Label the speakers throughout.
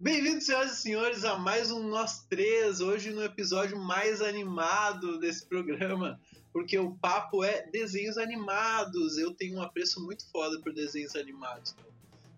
Speaker 1: Bem-vindos, senhoras e senhores, a mais um Nós Três, hoje no episódio mais animado desse programa, porque o papo é desenhos animados. Eu tenho um apreço muito foda por desenhos animados.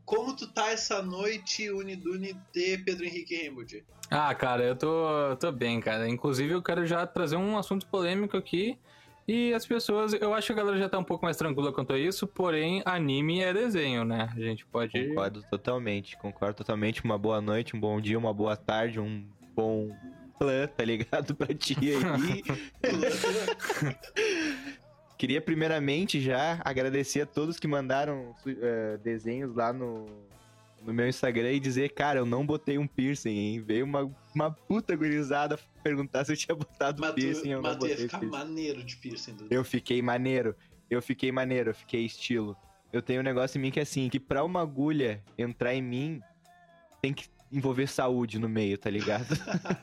Speaker 1: Como tu tá essa noite, Unidune de Pedro Henrique Reimbold?
Speaker 2: Ah, cara, eu tô, tô bem, cara. Inclusive, eu quero já trazer um assunto polêmico aqui. E as pessoas, eu acho que a galera já tá um pouco mais tranquila quanto a isso, porém, anime é desenho, né? A gente pode.
Speaker 3: Concordo totalmente, concordo totalmente. Uma boa noite, um bom dia, uma boa tarde, um bom plan, tá ligado? Pra ti aí. Queria primeiramente já agradecer a todos que mandaram su- eh, desenhos lá no, no meu Instagram e dizer, cara, eu não botei um piercing, hein? Veio uma, uma puta gurizada perguntar se eu tinha botado
Speaker 1: Mas
Speaker 3: piercing, eu
Speaker 1: tu,
Speaker 3: não
Speaker 1: mas tu ia
Speaker 3: botei
Speaker 1: ficar
Speaker 3: piercing.
Speaker 1: maneiro de piercing, Dudu.
Speaker 3: Eu fiquei maneiro. Eu fiquei maneiro, eu fiquei estilo. Eu tenho um negócio em mim que é assim, que pra uma agulha entrar em mim, tem que envolver saúde no meio, tá ligado?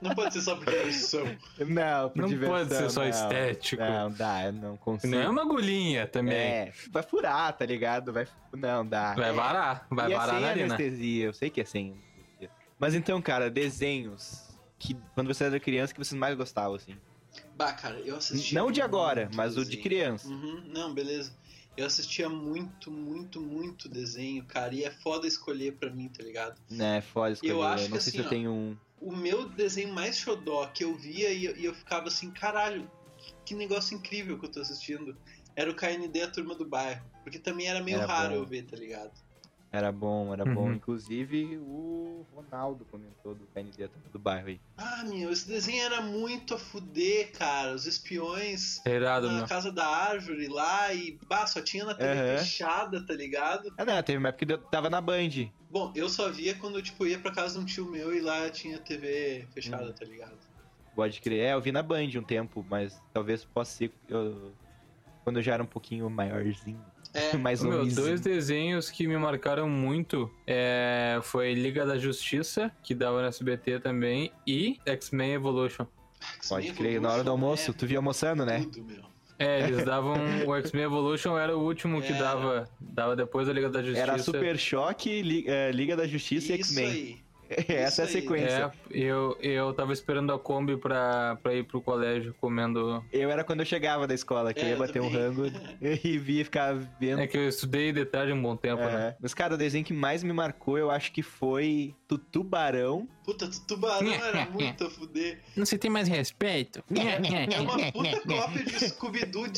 Speaker 1: Não pode ser só porque é são.
Speaker 3: não, por
Speaker 2: Não
Speaker 3: diversão, né?
Speaker 2: pode ser só
Speaker 3: não.
Speaker 2: estético.
Speaker 3: Não, dá, eu não consigo.
Speaker 2: Não é uma agulhinha também.
Speaker 3: É, vai furar, tá ligado? Vai, não, dá.
Speaker 2: Vai varar, vai
Speaker 3: e é
Speaker 2: varar
Speaker 3: sem
Speaker 2: na arena.
Speaker 3: anestesia, eu sei que é sem anestesia. Mas então, cara, desenhos que quando você era criança que vocês mais gostavam, assim.
Speaker 1: Bah, cara, eu assisti.
Speaker 3: não o de agora,
Speaker 1: muito
Speaker 3: mas o de
Speaker 1: desenho.
Speaker 3: criança.
Speaker 1: Uhum, não, beleza. Eu assistia muito, muito, muito desenho, cara, e é foda escolher pra mim, tá ligado?
Speaker 3: Né, foda escolher.
Speaker 1: Eu acho
Speaker 3: não
Speaker 1: que
Speaker 3: sei
Speaker 1: assim,
Speaker 3: se eu
Speaker 1: ó,
Speaker 3: tenho um.
Speaker 1: O meu desenho mais xodó que eu via e eu, e eu ficava assim, caralho, que, que negócio incrível que eu tô assistindo, era o KND A Turma do Bairro. Porque também era meio
Speaker 3: Era
Speaker 1: raro
Speaker 3: bom.
Speaker 1: eu ver, tá ligado?
Speaker 3: Era bom, era
Speaker 2: Uhum.
Speaker 3: bom. Inclusive, o Ronaldo comentou do KND atrás do bairro aí.
Speaker 1: Ah, meu, esse desenho era muito a fuder, cara. Os espiões
Speaker 2: Irado,
Speaker 1: na
Speaker 2: meu.
Speaker 1: casa da árvore lá e, bah, só tinha na TV
Speaker 3: Aham.
Speaker 1: fechada, tá ligado?
Speaker 3: Ah, não, teve uma época que eu tava na Band.
Speaker 1: Bom, eu só via quando eu, tipo, ia pra casa de um tio meu e lá tinha TV fechada,
Speaker 3: Hum.
Speaker 1: tá ligado?
Speaker 3: Pode crer. É, eu vi na Band um tempo, mas talvez possa ser eu- quando eu já era um pouquinho maiorzinho.
Speaker 1: É.
Speaker 3: Mais um
Speaker 2: Meu,
Speaker 3: homenzinho.
Speaker 2: dois desenhos que me marcaram muito é, foi Liga da Justiça, que dava no SBT também, e X-Men Evolution.
Speaker 3: Pode crer, na hora
Speaker 1: né?
Speaker 3: do almoço. Tu via almoçando, né?
Speaker 1: Tudo, meu.
Speaker 2: É, eles davam. o X-Men Evolution era o último que
Speaker 1: Era.
Speaker 2: dava. Dava depois da Liga da Justiça.
Speaker 3: É. Era Super Choque, Li- eh, Liga da Justiça e
Speaker 1: Isso
Speaker 3: X-Men.
Speaker 1: aí. isso
Speaker 3: Essa é a
Speaker 1: aí.
Speaker 3: sequência.
Speaker 2: É, eu, eu tava esperando a Kombi pra, pra ir pro colégio comendo.
Speaker 3: Eu era quando eu chegava da escola, que
Speaker 1: É,
Speaker 3: eu ia
Speaker 1: eu
Speaker 3: bater um
Speaker 1: também.
Speaker 3: rango e via ficar vendo.
Speaker 2: É que eu estudei de tarde um bom tempo, né?
Speaker 3: É. Mas, cara, o desenho que mais me marcou, eu acho que foi do Tubarão.
Speaker 1: Puta, tu- tubarão era muito a fuder.
Speaker 2: Não se tem mais respeito.
Speaker 1: É uma puta cópia de Scooby-Doo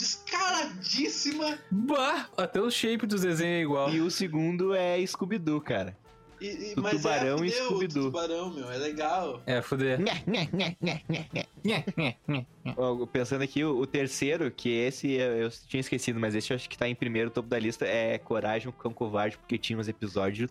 Speaker 1: descaradíssima.
Speaker 2: bah! Até o shape dos desenhos é igual.
Speaker 3: E o segundo é Scooby-Doo, cara.
Speaker 1: E, e,
Speaker 3: Do
Speaker 1: mas é a
Speaker 3: tubarão e
Speaker 1: fuder, o
Speaker 3: Scooby-Doo.
Speaker 1: tubarão, meu. É legal.
Speaker 2: É, fuder.
Speaker 3: Ó, Pensando aqui, o, o terceiro, que esse eu, eu tinha esquecido, mas esse eu acho que tá em primeiro topo da lista, é Coragem, o Cão Covarde, porque tinha uns episódios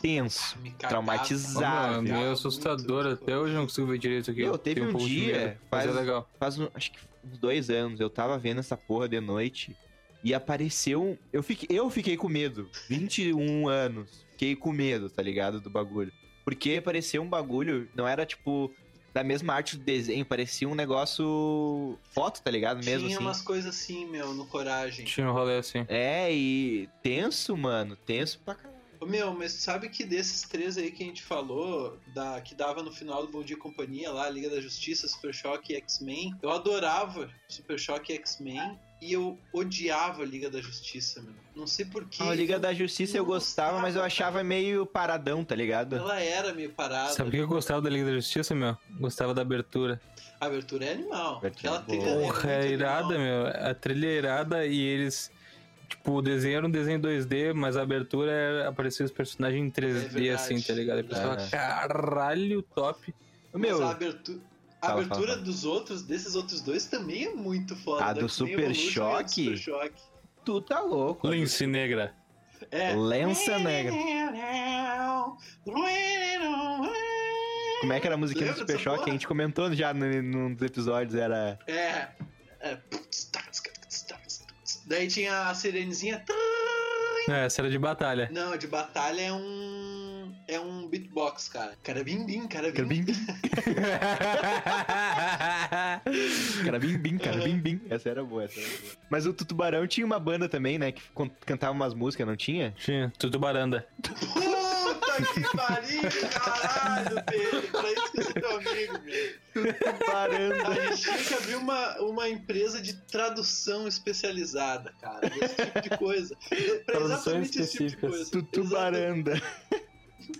Speaker 3: tenso.
Speaker 1: Me cagava.
Speaker 3: Traumatizado.
Speaker 2: Mano, meio é assustador.
Speaker 1: Muito,
Speaker 2: Até hoje eu não consigo ver direito aqui.
Speaker 3: Meu, teve
Speaker 2: Tenho
Speaker 3: um
Speaker 2: pouco de
Speaker 3: dia,
Speaker 2: medo,
Speaker 3: faz-
Speaker 2: Mas é legal.
Speaker 3: Faz, um- acho que uns dois anos, eu tava vendo essa porra de noite e apareceu um... Eu fiquei, eu fiquei com medo. 21 anos. Fiquei com medo, tá ligado, do bagulho. Porque apareceu um bagulho, não era, tipo, da mesma arte do desenho, parecia um negócio... Foto, tá ligado, mesmo
Speaker 1: Tinha
Speaker 3: assim.
Speaker 1: umas coisas assim, meu, no Coragem.
Speaker 2: Tinha um rolê assim.
Speaker 3: É, e tenso, mano. Tenso pra caralho.
Speaker 1: Ô, Meu, mas sabe que desses três aí que a gente falou, da, que dava no final do Bom Dia e Companhia, lá, Liga da Justiça, Super Choque e X-Men, eu adorava Super Choque e X-Men e eu odiava Liga da Justiça, meu. Não sei porquê.
Speaker 3: A Ah, Liga da Justiça eu
Speaker 1: não
Speaker 3: gostava, mas eu
Speaker 1: gostava,
Speaker 3: achava meio paradão, tá ligado?
Speaker 1: Ela era meio parada.
Speaker 2: Sabe o que eu gostava da Liga da Justiça, meu? Gostava da abertura.
Speaker 1: A abertura é animal.
Speaker 3: Abertura
Speaker 1: Aquela
Speaker 3: é boa.
Speaker 1: trilha é
Speaker 2: Porra,
Speaker 1: muito
Speaker 2: é irada,
Speaker 1: animal.
Speaker 2: meu. A trilha é irada e eles. Tipo, o desenho era um desenho 2D, mas a abertura era, aparecia os personagens em 3D,
Speaker 1: É verdade,
Speaker 2: assim, tá ligado? E eu pensava,
Speaker 3: verdade.
Speaker 2: caralho, top.
Speaker 3: Meu,
Speaker 1: Mas a abertura. A
Speaker 3: Fala,
Speaker 1: abertura
Speaker 3: fala, fala.
Speaker 1: dos outros, desses outros dois, também é muito foda.
Speaker 3: A do
Speaker 1: Da X-Men
Speaker 3: Super
Speaker 1: Evolution e a do
Speaker 3: Choque?
Speaker 1: Super Choque.
Speaker 3: tu tá louco.
Speaker 2: Lince Negra.
Speaker 1: É.
Speaker 3: Lença negra. Como é que era a musiquinha do
Speaker 1: Lembra
Speaker 3: Super
Speaker 1: dessa
Speaker 3: Choque?
Speaker 1: porra?
Speaker 3: A gente comentou já num, num dos episódios, era...
Speaker 1: É. é. tá, Daí tinha a sirenezinha. tá.
Speaker 2: Não, É, essa era de batalha.
Speaker 1: Não, de batalha é um. É um beatbox, cara. Carabimbim,
Speaker 3: Cara,
Speaker 1: carabimbim.
Speaker 3: bim, bim, cara, bim, bim, cara, bim, bim. Essa era boa, essa era boa. Mas o Tubarão tinha uma banda também, né? Que con- cantava umas músicas, não tinha?
Speaker 2: Tinha, Tutubaranda.
Speaker 1: Puta que pariu, caralho, Pedro. Pra isso que eu sou teu amigo, meu.
Speaker 3: Parando.
Speaker 1: A gente tinha que abrir uma, uma empresa de tradução especializada, cara. Esse tipo de coisa. Pra
Speaker 4: Traduções
Speaker 1: exatamente esse tipo de
Speaker 4: específicas.
Speaker 1: coisa. Exatamente.
Speaker 3: Tutubaranda.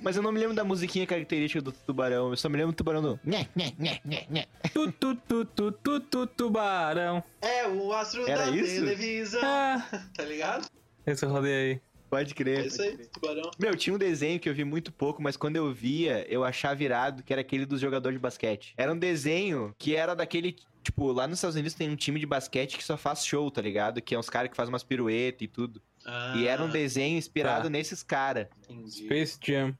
Speaker 3: Mas eu não me lembro da musiquinha característica do tubarão. Eu só me lembro do tubarão do. Nhé, nhé, nhé, nhé, nhé.
Speaker 2: Tu, tu, tu, tu, tu, tu, tubarão.
Speaker 1: É, o astro
Speaker 3: Era
Speaker 1: da
Speaker 3: isso?
Speaker 1: televisão.
Speaker 2: Ah,
Speaker 1: Tá ligado?
Speaker 2: esse eu rodei aí.
Speaker 3: Pode
Speaker 1: É
Speaker 3: crer.
Speaker 1: isso aí, tubarão.
Speaker 3: Meu, tinha um desenho que eu vi muito pouco, mas quando eu via, eu achava irado, que era aquele dos jogadores de basquete. Era um desenho que era daquele, tipo, lá nos Estados Unidos tem um time de basquete que só faz show, tá ligado? Que é uns caras que fazem umas piruetas e tudo.
Speaker 1: Ah,
Speaker 3: E era um desenho inspirado
Speaker 2: tá.
Speaker 3: nesses caras.
Speaker 1: desenho.
Speaker 2: Space Jam.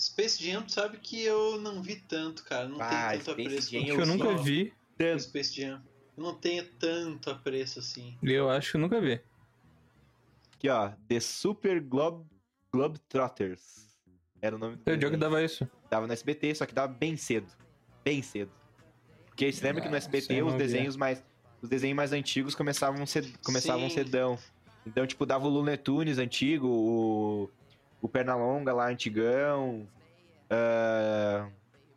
Speaker 1: Space Jam, tu sabe que eu não vi tanto, cara. Não
Speaker 3: Ah,
Speaker 1: tenho tanto
Speaker 3: Space
Speaker 1: apreço.
Speaker 3: Jam
Speaker 2: Acho
Speaker 1: por
Speaker 2: que eu
Speaker 1: futebol.
Speaker 2: nunca vi.
Speaker 1: Por Space Jam. Eu não tenho tanto apreço assim.
Speaker 2: Eu acho que eu nunca vi.
Speaker 3: Aqui, ó. The Super Globe Globetrotters. Era o nome do
Speaker 2: Eu jogo
Speaker 3: desenho.
Speaker 2: que dava isso.
Speaker 3: Dava no SBT, só que dava bem cedo. Bem cedo. Porque você lembra que no
Speaker 2: Ah, isso
Speaker 3: SBT
Speaker 2: eu
Speaker 3: os
Speaker 2: não via.
Speaker 3: desenhos mais. Os desenhos mais antigos começavam, ced... começavam
Speaker 1: Sim.
Speaker 3: cedão. Então, tipo, dava o Looney Tunes antigo, o. O Pernalonga lá, antigão. ah,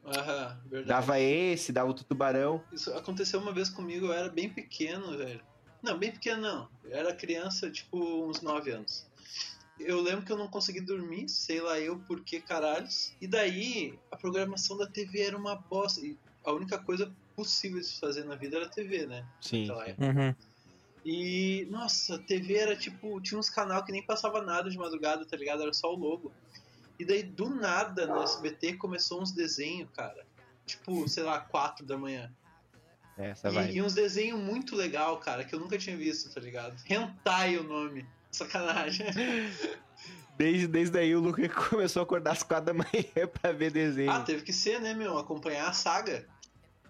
Speaker 1: Aham, verdade.
Speaker 3: dava esse, dava o Tubarão.
Speaker 1: Isso aconteceu uma vez comigo, eu era bem pequeno, velho. Não, bem pequeno não. Eu era criança, tipo, uns 9 anos. Eu lembro que eu não consegui dormir, sei lá eu por que caralhos. E daí, a programação da TV era uma bosta. E a única coisa possível de se fazer na vida era TV, né?
Speaker 3: Sim.
Speaker 1: Naquela época.
Speaker 2: Uhum.
Speaker 1: E, nossa, a TV era tipo. Tinha uns canal que nem passava nada de madrugada, tá ligado? Era só o logo. E daí, do nada, no SBT começou uns desenhos, cara. Tipo, sei lá, 4 da manhã.
Speaker 3: É, Essa
Speaker 1: E-
Speaker 3: Tá vai.
Speaker 1: E, uns desenhos muito legal, cara, que eu nunca tinha visto, tá ligado? Hentai é o nome. Sacanagem.
Speaker 3: Desde, desde aí o Luca começou a acordar às quatro da manhã pra ver desenho.
Speaker 1: Ah, teve que ser, né, meu? Acompanhar a saga.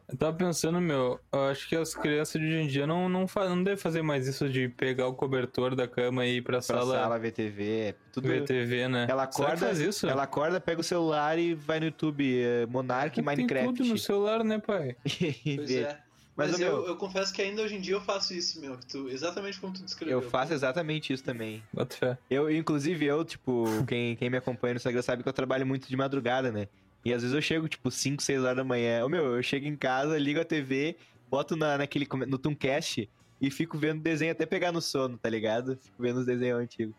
Speaker 2: Eu tava pensando, meu, eu acho que as crianças de hoje em dia não, não, fa- não devem fazer mais isso de pegar o cobertor da cama e ir pra,
Speaker 3: pra sala,
Speaker 2: sala,
Speaker 3: ver TV. Tudo
Speaker 2: ver TV, né?
Speaker 3: Ela
Speaker 2: Será que
Speaker 3: acorda,
Speaker 2: faz isso?
Speaker 3: ela acorda, pega o celular e vai no YouTube, eh, Monark
Speaker 2: É, Tem
Speaker 3: Minecraft.
Speaker 2: tudo no celular, né, pai?
Speaker 3: e
Speaker 1: Pois
Speaker 3: vê.
Speaker 1: é.
Speaker 3: Mas,
Speaker 1: Mas,
Speaker 3: ô,
Speaker 1: eu,
Speaker 3: meu,
Speaker 1: eu confesso que ainda hoje em dia eu faço isso, meu. que tu- exatamente como tu descreveu.
Speaker 3: eu faço exatamente isso também.
Speaker 2: Bota fé.
Speaker 3: Eu, inclusive, eu, tipo, quem, quem me acompanha no Instagram sabe que eu trabalho muito de madrugada, né? E às vezes eu chego, tipo, 5, 6 horas da manhã. Ô, meu, eu chego em casa, ligo a TV, boto na, naquele, come- no Tooncast e fico vendo desenho até pegar no sono, tá ligado? Fico vendo os desenhos antigos.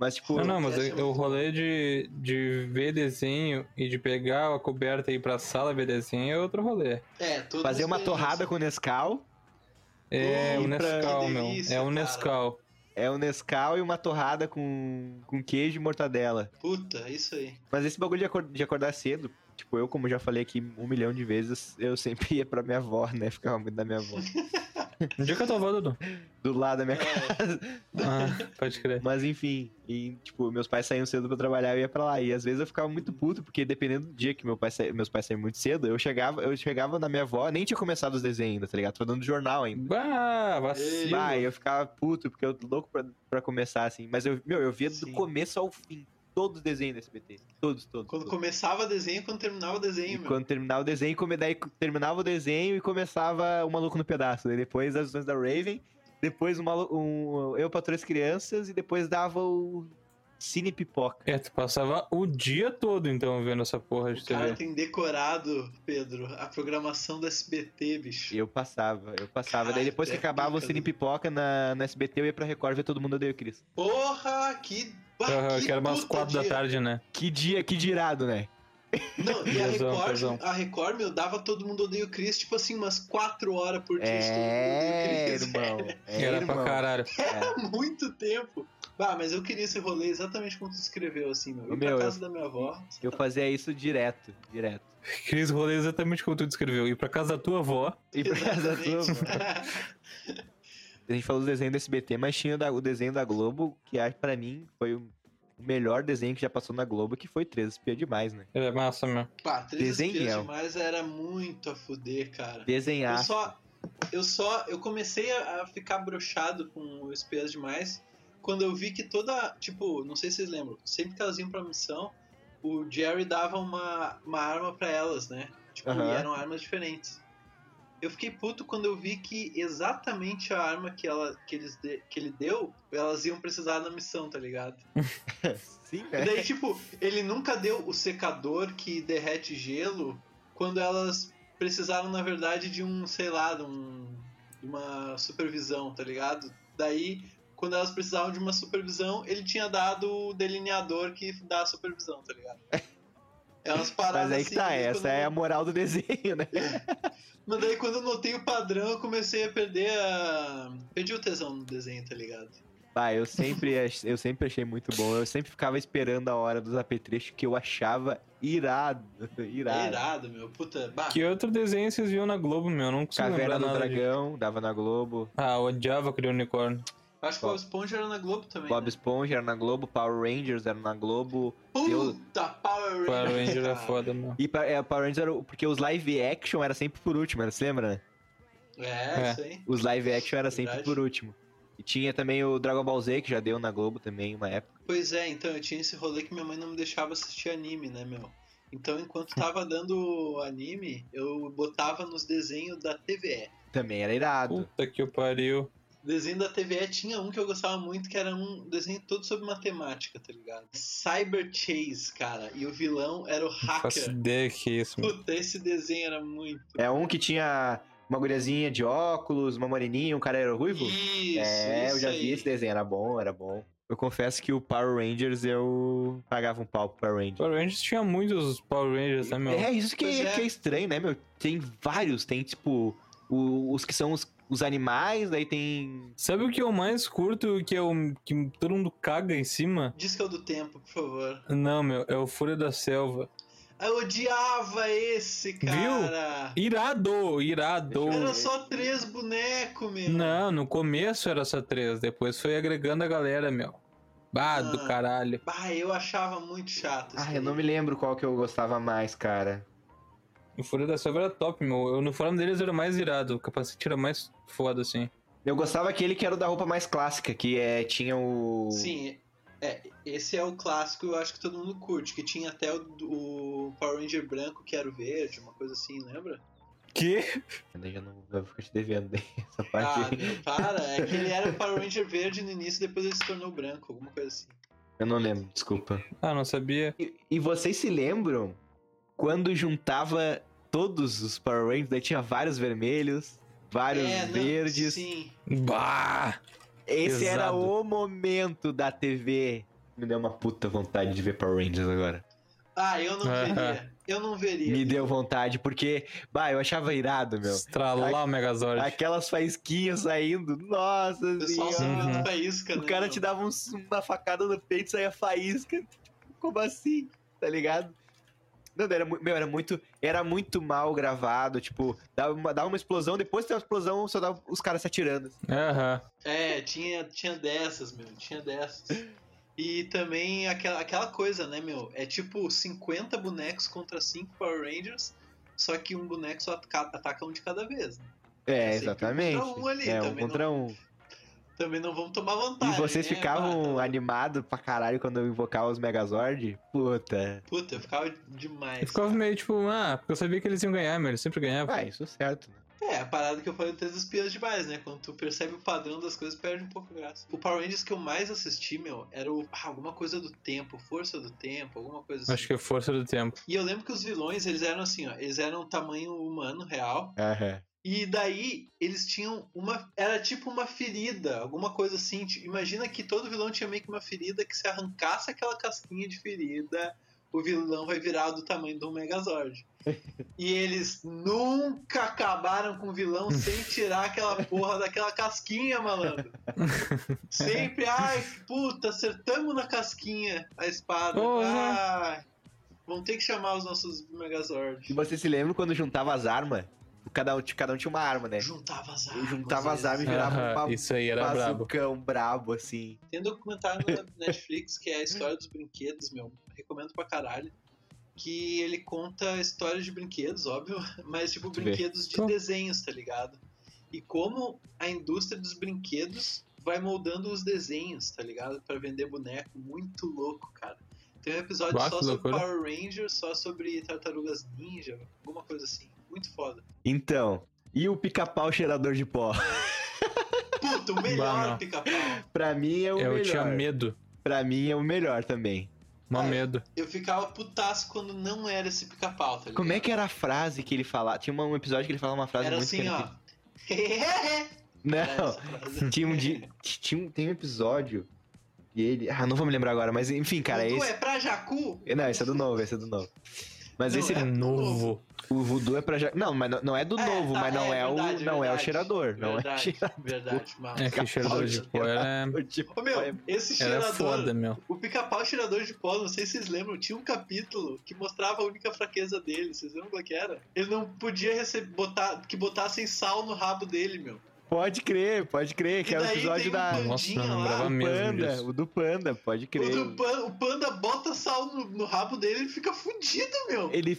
Speaker 3: Mas, tipo,
Speaker 2: Não, não, mas
Speaker 1: Podcast é
Speaker 2: eu
Speaker 1: muito
Speaker 2: rolê de, de ver desenho e de pegar a coberta e ir pra sala ver desenho é outro rolê.
Speaker 1: É, todos
Speaker 3: fazer uma
Speaker 1: eles-
Speaker 3: torrada com
Speaker 2: É
Speaker 3: Nescau,
Speaker 1: Ih,
Speaker 2: o Nescau,
Speaker 1: que
Speaker 2: meu.
Speaker 1: delícia,
Speaker 2: É o
Speaker 1: cara.
Speaker 2: Nescau.
Speaker 3: é um Nescau e uma torrada com, com queijo e mortadela.
Speaker 1: Puta, é isso aí.
Speaker 3: Mas esse bagulho de acor- de acordar cedo, tipo, eu, como já falei aqui um milhão de vezes, eu sempre ia pra minha avó, né? Ficava muito na minha avó.
Speaker 2: Onde é que eu tava, Dudu?
Speaker 3: Do lado da minha casa.
Speaker 1: É,
Speaker 2: Ah, pode crer.
Speaker 3: Mas enfim, e, tipo, meus pais saíam cedo pra trabalhar, eu ia pra lá. E às vezes eu ficava muito puto, porque dependendo do dia que meu pai sa... meus pais saíam muito cedo, eu chegava, eu chegava na minha avó, nem tinha começado os desenhos ainda, tá ligado? Tava dando jornal ainda.
Speaker 2: Bah, vacilo.
Speaker 3: Vai, eu ficava puto, porque eu tô louco pra, pra começar, assim. Mas eu, meu, eu via do
Speaker 1: Sim.
Speaker 3: começo ao fim. Todos os desenhos da SBT. Todos, todos.
Speaker 1: quando
Speaker 3: todos.
Speaker 1: começava desenho e quando terminava
Speaker 3: E
Speaker 1: desenho, meu.
Speaker 3: quando terminava o desenho, come- daí terminava o desenho e começava o Maluco no Pedaço. Daí depois as visões da Raven, depois o malu- um, Eu para Três Crianças e depois dava o Cine Pipoca.
Speaker 2: É, tu passava o dia todo, então, vendo essa porra de
Speaker 1: O cara
Speaker 2: TV.
Speaker 1: tem decorado, Pedro, a programação do SBT, bicho.
Speaker 3: Eu passava, eu passava. daí
Speaker 1: Caralho,
Speaker 3: depois que
Speaker 1: tu é
Speaker 3: acabava o
Speaker 1: pica,
Speaker 3: Cine
Speaker 1: né?
Speaker 3: Pipoca na, na SBT, eu ia pra Record ver todo mundo odeia o Cris.
Speaker 1: Porra, que. bah,
Speaker 2: Aham, que era umas
Speaker 1: puta
Speaker 2: quatro da
Speaker 1: dia.
Speaker 2: tarde, né?
Speaker 3: Que dia, que girado, né?
Speaker 1: Não, e a
Speaker 2: Tesão,
Speaker 1: Record,
Speaker 2: tesão.
Speaker 1: a Record, meu, dava todo mundo odeia o Chris, tipo assim, umas 4 horas por dia. de
Speaker 3: É,
Speaker 1: Todo Mundo Odeia o
Speaker 3: irmão. É,
Speaker 2: era
Speaker 3: irmão. É,
Speaker 2: pra caralho.
Speaker 1: Chris. Há muito tempo. Ah, mas eu queria esse rolê exatamente como tu escreveu, assim, meu. Eu
Speaker 3: Meu,
Speaker 1: pra casa da minha avó.
Speaker 3: Eu fazia isso direto, direto.
Speaker 2: Cris rolê exatamente como tu descreveu. Ir pra casa da tua avó.
Speaker 3: E pra casa É da tua,
Speaker 1: Exatamente.
Speaker 3: A gente falou do desenho do SBT, mas tinha o da- o desenho da Globo, que acho pra mim foi o melhor desenho que já passou na Globo, que foi Três Espias Demais, né?
Speaker 2: Era é massa, meu.
Speaker 1: Pá, três
Speaker 3: Desenhão.
Speaker 1: espias demais era muito a fuder, cara. Eu
Speaker 3: Desenhar.
Speaker 1: só, eu só, eu comecei a a ficar brochado com o Espias Demais quando eu vi que toda, tipo, não sei se vocês lembram, sempre que elas iam pra missão, o Jerry dava uma, uma arma pra elas, né? Tipo,
Speaker 3: Aham.
Speaker 1: e eram armas diferentes. Eu fiquei puto quando eu vi que exatamente a arma que, ela, que, eles de- que ele deu, elas iam precisar na missão, tá ligado?
Speaker 3: Sim,
Speaker 1: E daí, tipo, ele nunca deu o secador que derrete gelo quando elas precisaram, na verdade, de um, sei lá, de, um, de uma supervisão, tá ligado? Daí, quando elas precisavam de uma supervisão, ele tinha dado o delineador que dá a supervisão, tá ligado? É umas paradas
Speaker 3: Mas aí que tá,
Speaker 1: assim,
Speaker 3: essa
Speaker 1: quando-
Speaker 3: é a moral do desenho, né?
Speaker 1: Mas daí quando eu notei o padrão, eu comecei a perder a. Perdi o tesão no desenho, tá ligado?
Speaker 3: Bah, eu sempre, ach- eu sempre achei muito bom. Eu sempre ficava esperando a hora dos apetrechos que eu achava irado.
Speaker 1: É
Speaker 3: Irado.
Speaker 1: irado, meu. Puta, bah.
Speaker 2: Que outro desenho vocês viram na Globo, meu? Eu não consigo
Speaker 3: Caverna
Speaker 2: lembrar
Speaker 3: do
Speaker 2: nada disso.
Speaker 3: Dragão, dava na Globo.
Speaker 2: Ah, eu odiava aquele unicórnio.
Speaker 1: Acho que o Bob Esponja era na Globo também.
Speaker 3: Bob
Speaker 1: né?
Speaker 3: Esponja era na Globo, Power Rangers era na Globo.
Speaker 1: Puta, Power
Speaker 2: Power Ranger é
Speaker 1: cara.
Speaker 2: foda, meu.
Speaker 3: E pa- é, Power Rangers era o- porque os live action era sempre por último, era- você lembra, né?
Speaker 1: É,
Speaker 2: É.
Speaker 1: isso aí.
Speaker 3: Os live action era sempre
Speaker 1: Verdade.
Speaker 3: por último. E tinha também o Dragon Ball Z, que já deu na Globo também, uma época.
Speaker 1: Pois é, então eu tinha esse rolê que minha mãe não me deixava assistir anime, né, meu? Então
Speaker 2: Hum.
Speaker 1: enquanto tava dando anime, eu botava nos desenhos da TVE.
Speaker 3: Também era irado.
Speaker 2: Puta que o pariu.
Speaker 1: Desenho da TVE tinha um que eu gostava muito, que era um desenho todo sobre matemática, tá ligado? Cyber Chase, cara. E o vilão era o
Speaker 2: Não faço
Speaker 1: hacker.
Speaker 2: ideia que isso, meu.
Speaker 1: Puta, esse desenho era muito.
Speaker 3: É um que tinha uma guriazinha de óculos, uma moreninha, um cara era
Speaker 2: Tipo,
Speaker 3: ruivo.
Speaker 1: Isso,
Speaker 3: é,
Speaker 1: isso
Speaker 3: eu já
Speaker 1: aí.
Speaker 3: vi esse desenho, era bom, era bom. Eu confesso que o Power Rangers eu pagava um pau pro Power Rangers.
Speaker 2: Power Rangers tinha muitos Power Rangers, né, meu?
Speaker 3: É, isso que
Speaker 1: Pois
Speaker 3: que
Speaker 1: é.
Speaker 3: é. estranho, né, meu? Tem vários, tem tipo o- os que são os, os animais, daí tem.
Speaker 2: Sabe o que eu mais curto, que é o que todo mundo caga em cima?
Speaker 1: Diz que é o do tempo, por favor.
Speaker 2: Não, meu, é o Fúria da Selva.
Speaker 1: Eu odiava esse, cara.
Speaker 2: Irado, irado.
Speaker 3: Deixa eu
Speaker 1: Era
Speaker 3: ver.
Speaker 1: só três bonecos, meu.
Speaker 2: Não, no começo era só três, depois foi agregando a galera, meu. Bah,
Speaker 1: Ah.
Speaker 2: do caralho.
Speaker 1: Bah, eu achava muito chato. isso
Speaker 3: Ah, eu
Speaker 1: aí.
Speaker 3: não me lembro qual que eu gostava mais, cara.
Speaker 2: O Fúria da Selva era top, meu. O uniforme deles era mais irado, o capacete era mais foda, assim.
Speaker 3: Eu gostava aquele que era o da roupa mais clássica, que é, tinha o.
Speaker 1: Sim, é, esse é o clássico, eu acho que todo mundo curte, que tinha até o, do- o Power Ranger branco, que era o verde, uma coisa assim, lembra?
Speaker 2: Que?
Speaker 3: Eu já não eu vou ficar te devendo daí, essa
Speaker 1: Ah,
Speaker 3: parte. aí.
Speaker 1: meu, para. É que ele era o Power Ranger verde no início, depois ele se tornou branco, alguma coisa assim.
Speaker 3: Eu não lembro, desculpa.
Speaker 2: Ah, não sabia.
Speaker 3: E, e vocês se lembram quando juntava todos os Power Rangers, daí tinha vários vermelhos, vários
Speaker 1: É, não,
Speaker 3: verdes.
Speaker 1: Sim.
Speaker 2: Bah!
Speaker 3: Esse era
Speaker 2: Pesado.
Speaker 3: o momento da TV. Me deu uma puta vontade de ver Power Rangers agora.
Speaker 1: Ah, eu não
Speaker 2: Aham.
Speaker 1: veria. Eu não veria.
Speaker 3: Me deu vontade, porque, bah, eu achava irado, meu.
Speaker 2: Estralar o Megazord.
Speaker 3: Aquelas faisquinhas saindo, nossa
Speaker 1: O pessoal
Speaker 3: senhora.
Speaker 1: saiu
Speaker 2: Uhum.
Speaker 1: da faísca,
Speaker 3: O
Speaker 1: né,
Speaker 3: cara
Speaker 1: meu?
Speaker 3: te dava uns- uma facada no peito e saía faísca. Tipo, Como assim? Tá ligado? Não, era, mu- meu, era muito, era muito mal gravado, tipo, dava uma, dava uma explosão, depois da explosão só dava os caras se atirando. assim.
Speaker 2: Aham.
Speaker 1: É, tinha, tinha dessas, meu, tinha dessas. E também aquela, aquela coisa, né, meu? É tipo 50 bonecos contra 5 Power Rangers, só que um boneco só aca- ataca um de cada vez. né?
Speaker 3: É,
Speaker 1: Sempre um
Speaker 3: exatamente.
Speaker 1: contra um ali
Speaker 3: é, um
Speaker 1: também, não-
Speaker 3: contra um.
Speaker 1: Também não vamos tomar
Speaker 3: E
Speaker 1: vantagem.
Speaker 3: vocês
Speaker 1: né?
Speaker 3: ficavam
Speaker 1: Bah,
Speaker 3: animados pra caralho quando eu invocava os Megazord? Puta.
Speaker 1: Puta, eu ficava
Speaker 2: Eu
Speaker 1: demais.
Speaker 2: ficava meio tipo, ah, porque eu sabia que eles iam ganhar, meu. Eles sempre ganhavam.
Speaker 3: Ah, isso é certo. né?
Speaker 1: É, a parada que eu falei do Três Espias demais, né? Quando tu percebe o padrão das coisas, perde um pouco a graça. O Power Rangers que eu mais assisti, meu, era o, ah, alguma coisa do tempo, força do tempo, alguma coisa assim.
Speaker 2: Acho que é força do tempo.
Speaker 1: E eu lembro que os vilões, eles eram assim, ó, eles eram tamanho humano real.
Speaker 3: Aham.
Speaker 1: E daí eles tinham uma. Era tipo uma ferida, alguma coisa assim. Ti- Imagina que todo vilão tinha meio que uma ferida que se arrancasse aquela casquinha de ferida, o vilão vai virar do tamanho de um Megazord. E eles nunca acabaram com o vilão sem tirar aquela porra daquela casquinha, malandro. Sempre, ai, puta, acertamos na casquinha a espada.
Speaker 2: Porra.
Speaker 1: Ai, vamos ter que chamar os nossos Megazord.
Speaker 3: E vocês se lembram quando juntava as armas? Cada um, cada um tinha uma arma, né?
Speaker 1: Juntava as
Speaker 3: Eu
Speaker 1: armas.
Speaker 3: juntava as
Speaker 1: eles-
Speaker 3: armas e virava
Speaker 2: Aham,
Speaker 3: uma
Speaker 2: isso aí era brabo.
Speaker 3: bazucão brabo, assim.
Speaker 1: Tem um documentário na Netflix que é a história dos brinquedos, meu. Recomendo pra caralho. Que ele conta histórias de brinquedos, óbvio, mas tipo
Speaker 3: Tu vê.
Speaker 1: brinquedos de
Speaker 2: Pô.
Speaker 1: desenhos, tá ligado? E como a indústria dos brinquedos vai moldando os desenhos, tá ligado? Pra vender boneco, muito louco, cara. Tem um episódio
Speaker 2: Bah,
Speaker 1: só
Speaker 2: que
Speaker 1: sobre
Speaker 2: loucura.
Speaker 1: Power Rangers, só sobre Tartarugas Ninja, alguma coisa assim. Muito foda.
Speaker 3: Então, E o pica-pau cheirador de pó.
Speaker 1: Puta, o
Speaker 2: Bah,
Speaker 1: melhor
Speaker 2: não.
Speaker 1: pica-pau.
Speaker 3: pra mim
Speaker 1: Então,
Speaker 3: é o
Speaker 2: Eu
Speaker 3: melhor.
Speaker 2: tinha medo.
Speaker 3: Pra mim é o melhor também.
Speaker 2: Mó
Speaker 1: Ah,
Speaker 2: medo.
Speaker 1: Eu ficava putaço quando não era esse pica-pau, tá ligado?
Speaker 3: Como é que era a frase que ele falava? Tinha uma- um episódio que ele falava uma frase
Speaker 1: Era
Speaker 3: muito
Speaker 1: assim, ó. É,
Speaker 3: característica. Não. Tinha um dia. Tinha um, tem um episódio. E ele. Ah, não vou me lembrar agora, mas enfim, cara,
Speaker 1: Vudu
Speaker 3: esse.
Speaker 1: é pra Jacu?
Speaker 3: Não, esse é do novo, esse é do novo. Mas
Speaker 1: Não,
Speaker 3: esse.
Speaker 1: é
Speaker 2: É novo.
Speaker 3: O voodoo é pra já. Não, mas não, não é do
Speaker 1: É,
Speaker 3: novo,
Speaker 1: tá,
Speaker 3: mas não é, o.
Speaker 1: verdade,
Speaker 3: não é o
Speaker 1: verdade.
Speaker 3: cheirador. Não é o
Speaker 1: Verdade,
Speaker 3: cheirador.
Speaker 1: Verdade, mal.
Speaker 2: É que
Speaker 3: Pica-pau
Speaker 2: cheirador de pó é.
Speaker 3: tipo,
Speaker 1: Ô, meu, esse
Speaker 2: Era
Speaker 1: cheirador,
Speaker 2: foda, meu.
Speaker 1: o pica-pau cheirador de pó, não sei se vocês lembram, tinha um capítulo que mostrava a única fraqueza dele, vocês lembram qual é que era? Ele não podia receber, botar, que botassem sal no rabo dele, meu.
Speaker 3: Pode crer, pode crer, que
Speaker 1: E
Speaker 3: é o
Speaker 1: daí tem
Speaker 3: episódio
Speaker 1: um
Speaker 3: da.
Speaker 1: bandinha
Speaker 2: Nossa, eu não
Speaker 1: lá,
Speaker 2: lembrava
Speaker 1: o
Speaker 2: mesmo
Speaker 3: Panda,
Speaker 2: disso.
Speaker 3: o do Panda, pode crer.
Speaker 1: Quando o pan- o panda, bota sal no, no rabo dele, ele fica fudido, meu. Ele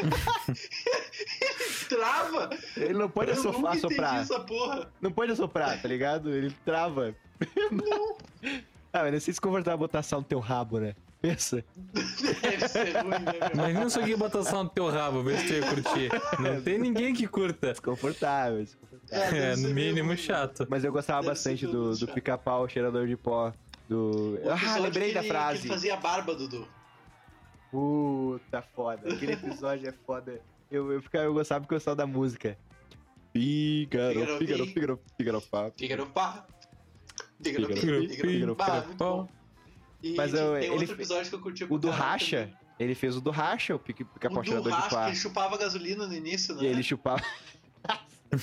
Speaker 3: Ele,
Speaker 1: trava.
Speaker 3: ele não pode
Speaker 1: Eu nunca
Speaker 3: assoprar,
Speaker 1: entendi
Speaker 3: assoprar.
Speaker 1: essa porra.
Speaker 3: Não pode assoprar, tá ligado? Ele trava. ah, mas não sei se confortável botar sal no teu rabo, né? Pensa.
Speaker 1: Deve ser ruim, né, meu?
Speaker 2: Imagina isso aqui botar sal no teu rabo, ver se tu ia curtir. Não tem ninguém que curta.
Speaker 3: Desconfortável. desconfortável.
Speaker 1: deve
Speaker 2: É,
Speaker 1: ser meio
Speaker 2: no mínimo
Speaker 1: ruim. né?
Speaker 2: chato.
Speaker 3: Mas eu gostava
Speaker 1: Deve ser
Speaker 3: bastante
Speaker 1: tudo
Speaker 3: do, do
Speaker 1: chato.
Speaker 3: pica-pau, cheirador de pó. Do.
Speaker 1: O
Speaker 3: Ah,
Speaker 1: episódio
Speaker 3: lembrei
Speaker 1: que
Speaker 3: da
Speaker 1: ele- Que
Speaker 3: frase.
Speaker 1: ele fazia barba, Dudu.
Speaker 3: Puta foda. Aquele episódio é foda. Eu, eu, ficava, eu gostava porque eu gostava da música. Fígaro,
Speaker 1: Fígaro,
Speaker 3: fígaro,
Speaker 1: pi.
Speaker 3: fígaro, fígaro, pá.
Speaker 1: Fígaro pá. Fígaro pi,
Speaker 3: Fígaro
Speaker 2: pi,
Speaker 1: Fígaro pá.
Speaker 3: Fígaro
Speaker 1: Muito
Speaker 2: pá.
Speaker 1: bom. E
Speaker 3: Mas
Speaker 1: tem
Speaker 3: eu-
Speaker 1: outro
Speaker 3: ele-
Speaker 1: episódio que eu curti
Speaker 3: O do
Speaker 1: caralho
Speaker 3: Racha,
Speaker 1: também.
Speaker 3: ele fez o do Racha, o pica-
Speaker 1: O
Speaker 3: pica-pau
Speaker 1: do
Speaker 3: cheirador de
Speaker 1: Racha,
Speaker 3: pá.
Speaker 1: que ele chupava gasolina no início, né?
Speaker 3: E ele chupava.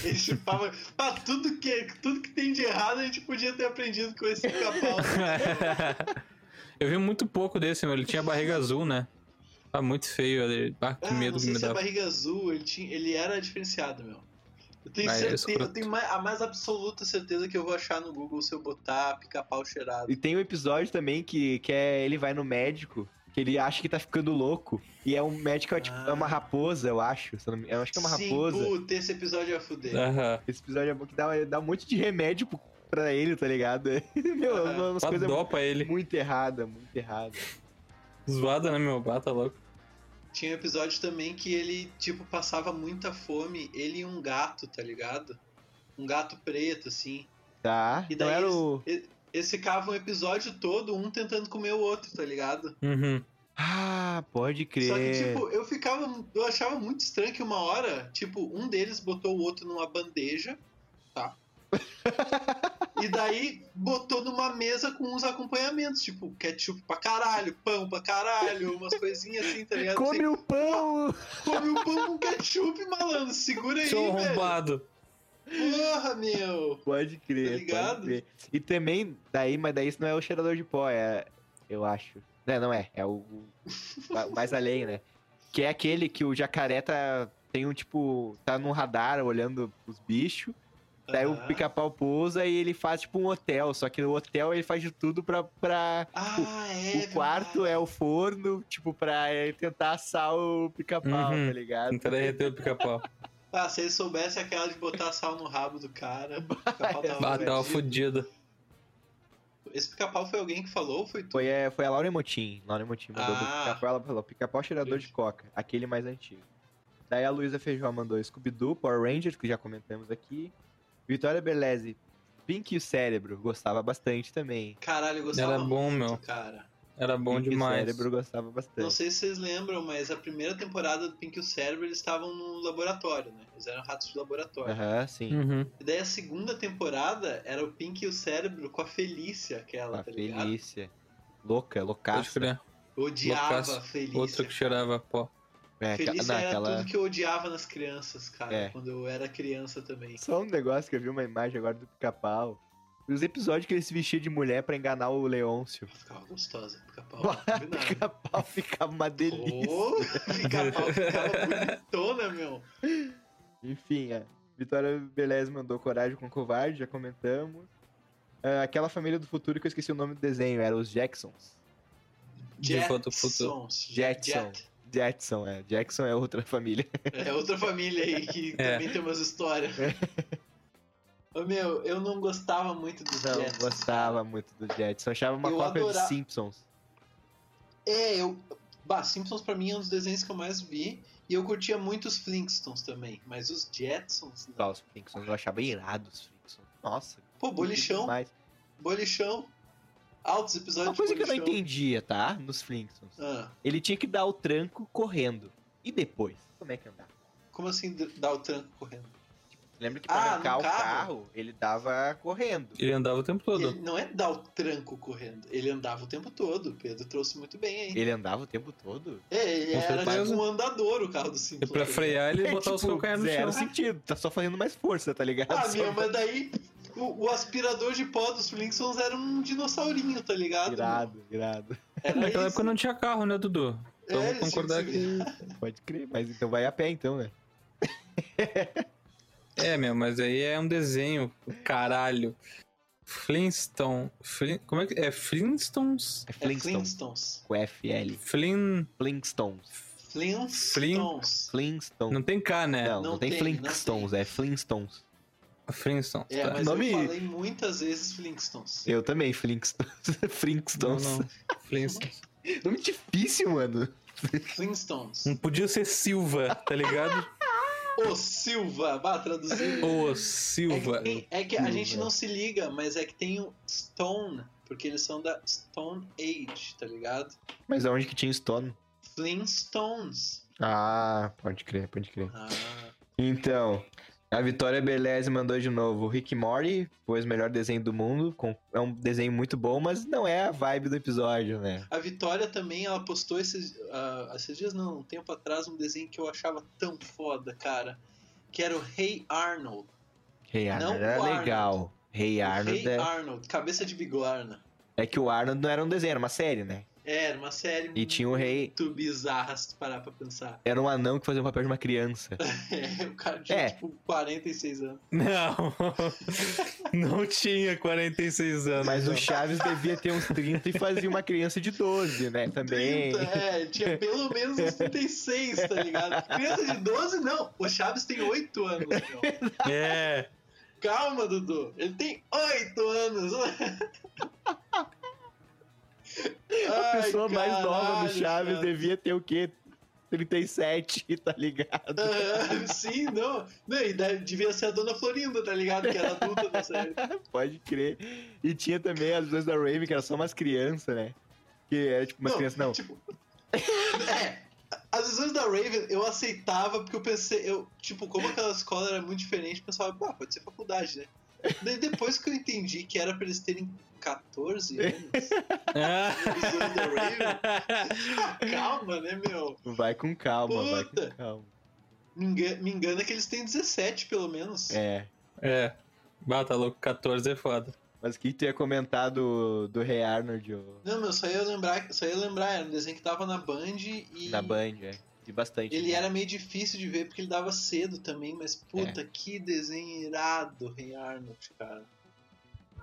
Speaker 1: Ele chupava. Pá, tudo que, é- tudo que tem de errado a gente podia ter aprendido com esse pica-pau.
Speaker 2: Eu vi muito pouco desse, meu. Ele tinha barriga azul, né? Ah, muito feio. ele- Ah, que
Speaker 1: Ah,
Speaker 2: medo
Speaker 1: não
Speaker 2: que
Speaker 1: sei
Speaker 2: me
Speaker 1: se a
Speaker 2: dava.
Speaker 1: barriga azul, ele, tinha, ele era diferenciado, meu. Eu tenho
Speaker 2: Ah, é
Speaker 1: certeza,
Speaker 2: escroto.
Speaker 1: eu tenho mais- a mais absoluta certeza que eu vou achar no Google se eu botar pica-pau cheirado.
Speaker 3: E tem um episódio também que, que é ele vai no médico, que ele acha que tá ficando louco. E é um médico, é, tipo,
Speaker 1: Ah.
Speaker 3: é uma raposa, eu acho. se eu não me- Eu acho que é uma
Speaker 1: Sim,
Speaker 3: raposa.
Speaker 1: puta, esse episódio é fuder.
Speaker 2: Aham.
Speaker 3: Esse episódio é bom que dá, dá um monte de remédio pro- pra ele, tá ligado? Meu, é
Speaker 1: Ah.
Speaker 3: uma- umas
Speaker 2: Só
Speaker 3: coisas
Speaker 2: dopa ele.
Speaker 3: muito erradas, muito erradas.
Speaker 2: Zoada, né, meu? Bata louco.
Speaker 1: Tinha um episódio também que ele, tipo, passava muita fome, ele e um gato, tá ligado? Um gato preto, assim.
Speaker 3: Tá?
Speaker 1: E
Speaker 3: Então
Speaker 1: daí
Speaker 3: era
Speaker 1: eles-
Speaker 3: o.
Speaker 1: Eles ficavam o episódio todo, um tentando comer o outro, tá ligado?
Speaker 2: Uhum.
Speaker 3: Ah, pode crer.
Speaker 1: Só que, tipo, eu ficava. Eu achava muito estranho que uma hora, tipo, um deles botou o outro numa bandeja, tá? e daí botou numa mesa com uns acompanhamentos, tipo, ketchup pra caralho, pão pra caralho, umas coisinhas assim, tá ligado?
Speaker 3: Come o pão!
Speaker 1: Você come o pão com ketchup, malandro, segura aí,
Speaker 2: Seu
Speaker 1: velho.
Speaker 2: arrombado.
Speaker 1: Porra, meu!
Speaker 3: Pode crer,
Speaker 1: Tá ligado?
Speaker 3: pode crer. E também, daí, mas daí isso não é o cheirador de pó, é. Eu acho. Não, não é. É o. o- ma- mais além, né? Que é aquele que o jacaré tá. Tem um tipo. Tá num radar olhando os bichos. Daí
Speaker 1: Aham.
Speaker 3: o pica-pau pousa e ele faz tipo um hotel. Só que no hotel ele faz de tudo pra. pra...
Speaker 1: Ah, é.
Speaker 3: o quarto é o forno, tipo, pra é, tentar assar o pica-pau,
Speaker 2: Uhum.
Speaker 3: tá ligado?
Speaker 2: Tentar derreter o pica-pau.
Speaker 1: Ah, se ele soubesse aquela de botar sal no rabo do cara, o
Speaker 3: É,
Speaker 1: pica-pau tava
Speaker 2: Ah, tava
Speaker 1: fudido.
Speaker 2: fudido.
Speaker 1: Esse pica-pau foi alguém que falou ou foi tu?
Speaker 3: Foi, é, foi a Laura Motim. Laura Motim mandou do
Speaker 1: Ah.
Speaker 3: Pica-Pau. Ela falou: Pica-Pau é cheirador de coca, aquele mais antigo. Daí a Luísa Feijó mandou Scooby-Doo, Power Rangers, que já comentamos aqui. Vitória Beleze, Pink e o Cérebro, gostava bastante também.
Speaker 1: Caralho, eu gostava
Speaker 2: Era bom,
Speaker 1: muito,
Speaker 2: meu.
Speaker 1: cara.
Speaker 2: Era bom
Speaker 3: Pink E o
Speaker 2: demais.
Speaker 3: Cérebro gostava bastante.
Speaker 1: Não sei se vocês lembram, mas a primeira temporada do Pink e o Cérebro eles estavam no laboratório, né? Eles eram ratos de laboratório.
Speaker 3: Aham, sim.
Speaker 2: Uhum.
Speaker 1: E daí a segunda temporada era o Pink e o Cérebro com a Felícia, aquela,
Speaker 3: Uma
Speaker 1: tá ligado?
Speaker 3: Felícia. Louca,
Speaker 2: Pode
Speaker 3: loucaça.
Speaker 2: escolher.
Speaker 1: Eu odiava a
Speaker 2: Loucaço.
Speaker 1: Felícia.
Speaker 2: Outro que cheirava pó.
Speaker 3: É, aquela-
Speaker 1: Felícia
Speaker 3: não,
Speaker 1: era
Speaker 3: aquela-
Speaker 1: tudo que eu odiava nas crianças, cara.
Speaker 3: É.
Speaker 1: Quando eu era criança também.
Speaker 3: Só um negócio que eu vi uma imagem agora do pica-pau. Os episódios que ele se vestia de mulher pra enganar o Leôncio.
Speaker 1: Ela Ficava gostosa, pica-pau.
Speaker 3: Bah,
Speaker 1: não combinava.
Speaker 3: pica-pau ficava uma delícia.
Speaker 1: Ô, Pica-pau ficava bonitona, meu.
Speaker 3: Enfim, a Vitória Beleza mandou Coragem com Covarde, já comentamos. Ah, aquela família do futuro que eu esqueci o nome do desenho, era os Jacksons.
Speaker 2: De volta ao futuro.
Speaker 1: Jetsons.
Speaker 3: Jetson.
Speaker 1: Jet.
Speaker 3: Jackson, é. Jackson é outra família.
Speaker 1: É outra família aí que
Speaker 2: É.
Speaker 1: também tem umas histórias.
Speaker 3: É.
Speaker 1: Ô, meu, eu não gostava muito dos
Speaker 3: Não,
Speaker 1: Jetsons.
Speaker 3: gostava muito do Jetson. Achava uma
Speaker 1: Eu
Speaker 3: cópia
Speaker 1: adora-
Speaker 3: dos Simpsons.
Speaker 1: É, eu. bah, Bah, Simpsons pra mim é um dos desenhos que eu mais vi. E eu curtia muito os Flintstones também. Mas os Jetsons. Né?
Speaker 3: Ah, os Flintstones, eu achava irado os Flintstones. Nossa.
Speaker 1: Pô, Bolichão.
Speaker 3: demais.
Speaker 1: Bolichão. Altos episódios
Speaker 3: Uhum. Uma coisa
Speaker 1: de
Speaker 3: que eu não
Speaker 1: Bolichão.
Speaker 3: entendia, tá? Nos Flintstones.
Speaker 1: Ah,
Speaker 3: Ele tinha que dar o tranco correndo. E depois? Como é que andava?
Speaker 1: como assim d- dar o tranco correndo?
Speaker 3: Lembra que
Speaker 1: Ah,
Speaker 3: pra
Speaker 1: no
Speaker 3: arrancar o
Speaker 1: carro?
Speaker 3: carro, ele dava correndo.
Speaker 2: Ele andava o tempo todo.
Speaker 1: Ele não é dar o tranco correndo. Ele andava o tempo todo. O Pedro trouxe muito bem aí.
Speaker 3: Ele andava o tempo todo?
Speaker 1: É, ele
Speaker 2: Com
Speaker 1: era
Speaker 2: certeza.
Speaker 1: tipo um andador o carro do
Speaker 2: E
Speaker 1: Simpsons.
Speaker 2: pra frear, ele
Speaker 3: É,
Speaker 2: botava os
Speaker 3: tipo,
Speaker 2: calcanhar no
Speaker 3: zero
Speaker 2: chão.
Speaker 3: sentido, tá só fazendo mais força, tá ligado?
Speaker 1: Ah,
Speaker 3: Só
Speaker 1: meu,
Speaker 3: pra-
Speaker 1: mas daí o, o aspirador de pó dos Flintstones era um dinossaurinho, tá ligado?
Speaker 3: Irado, irado.
Speaker 1: Era
Speaker 2: Naquela
Speaker 1: isso.
Speaker 2: época não tinha carro, né, Dudu? Então
Speaker 1: É,
Speaker 2: vamos
Speaker 1: eles tinham
Speaker 2: concordar
Speaker 1: que
Speaker 2: que.
Speaker 1: se
Speaker 3: Pode crer, mas então vai a pé então, né?
Speaker 2: É, meu, mas aí é um desenho, caralho. Flintstone. Flin- Como é que. É Flintstones?
Speaker 3: É
Speaker 1: É
Speaker 3: Flintstone.
Speaker 1: Flintstones.
Speaker 3: Com FL.
Speaker 2: Flin.
Speaker 3: Flintstones.
Speaker 1: Flintstones.
Speaker 3: Flintstones.
Speaker 2: Não tem K, né?
Speaker 3: Não, não,
Speaker 1: não
Speaker 3: tem,
Speaker 1: tem,
Speaker 3: Flintstones, é Flintstones.
Speaker 2: Flintstone.
Speaker 1: É,
Speaker 2: tá.
Speaker 1: mas
Speaker 3: Nome-
Speaker 1: eu falei muitas vezes Flintstones.
Speaker 3: Eu também, Flintstones.
Speaker 2: Não,
Speaker 3: Flintstones.
Speaker 2: não. Flintstones.
Speaker 3: Nome difícil, mano.
Speaker 1: Flintstones.
Speaker 3: Hum.
Speaker 2: Não podia ser Silva, tá ligado?
Speaker 1: Ô Silva, vá traduzir.
Speaker 2: Ô,
Speaker 1: É que,
Speaker 2: Silva.
Speaker 1: tem- é que a
Speaker 3: Silva.
Speaker 1: gente não se liga, mas é que tem o Stone, porque eles são da Stone Age, tá ligado?
Speaker 3: Mas aonde que tinha Stone?
Speaker 1: Flintstones.
Speaker 3: Ah, pode crer, pode crer.
Speaker 1: Ah,
Speaker 3: Então, a Vitória Beleze mandou de novo. Rick Mori, pois melhor desenho do mundo. com- É um desenho muito bom, mas não é a vibe do episódio, né?
Speaker 1: a Vitória também, ela postou esses, ah, esses dias, não, um tempo atrás, um desenho que eu achava tão foda, cara. Que era o Rei Arnold.
Speaker 3: Rei Arnold
Speaker 1: o
Speaker 3: era
Speaker 1: Arnold.
Speaker 3: legal. Rei
Speaker 1: O
Speaker 3: Arnold
Speaker 1: Rei
Speaker 3: é...
Speaker 1: Arnold, cabeça de bigorna. É,
Speaker 3: é que o Arnold não era um desenho, era uma série, né?
Speaker 1: Era uma série
Speaker 3: E tinha o Rei.
Speaker 1: muito bizarra, se tu parar pra pensar.
Speaker 3: Era um anão que fazia o papel de uma criança.
Speaker 1: É, o cara tinha
Speaker 3: É.
Speaker 1: tipo 46 anos.
Speaker 2: Não. Não tinha 46 anos. então.
Speaker 3: Mas
Speaker 2: não.
Speaker 3: o Chaves devia ter uns 30 e fazia uma criança de 12, né? Também.
Speaker 1: 30, é, tinha pelo menos uns 36, tá ligado? Criança de 12, não. O Chaves tem 8 anos, meu.
Speaker 2: É.
Speaker 1: Calma, Dudu. Ele tem 8 anos.
Speaker 3: A pessoa
Speaker 1: Ai,
Speaker 3: mais nova do
Speaker 1: caralho,
Speaker 3: Chaves
Speaker 1: cara.
Speaker 3: devia ter o quê? 37, tá ligado?
Speaker 1: Ah, sim, não. não e daí devia ser a Dona Florinda, tá ligado? Que era adulta da série.
Speaker 3: Pode crer. E tinha também as duas da Raven, que eram só umas crianças, né? Que era tipo umas crianças, não.
Speaker 1: Tipo, é, as visões da Raven eu aceitava porque eu pensei, eu, tipo, como aquela escola era muito diferente, eu pensava, pá, pode ser faculdade, né? Daí depois que eu entendi que era pra eles terem 14 anos, as visões da Raven, calma, né, meu?
Speaker 3: Vai com calma, vai
Speaker 1: Puta.
Speaker 3: com calma.
Speaker 1: Me engana, me engana que eles têm 17, pelo menos.
Speaker 3: É.
Speaker 2: É. Bata louco, 14 é foda.
Speaker 3: Mas o que tu ia comentar do, do Rei Arnold ô?
Speaker 1: Não, meu, só ia lembrar, só ia lembrar, era um desenho que tava na Band e.
Speaker 3: na Band, é? De bastante.
Speaker 1: Ele
Speaker 3: né?
Speaker 1: era meio difícil de ver porque ele dava cedo também, mas
Speaker 3: É.
Speaker 1: puta, que desenho irado, Rei Arnold, cara.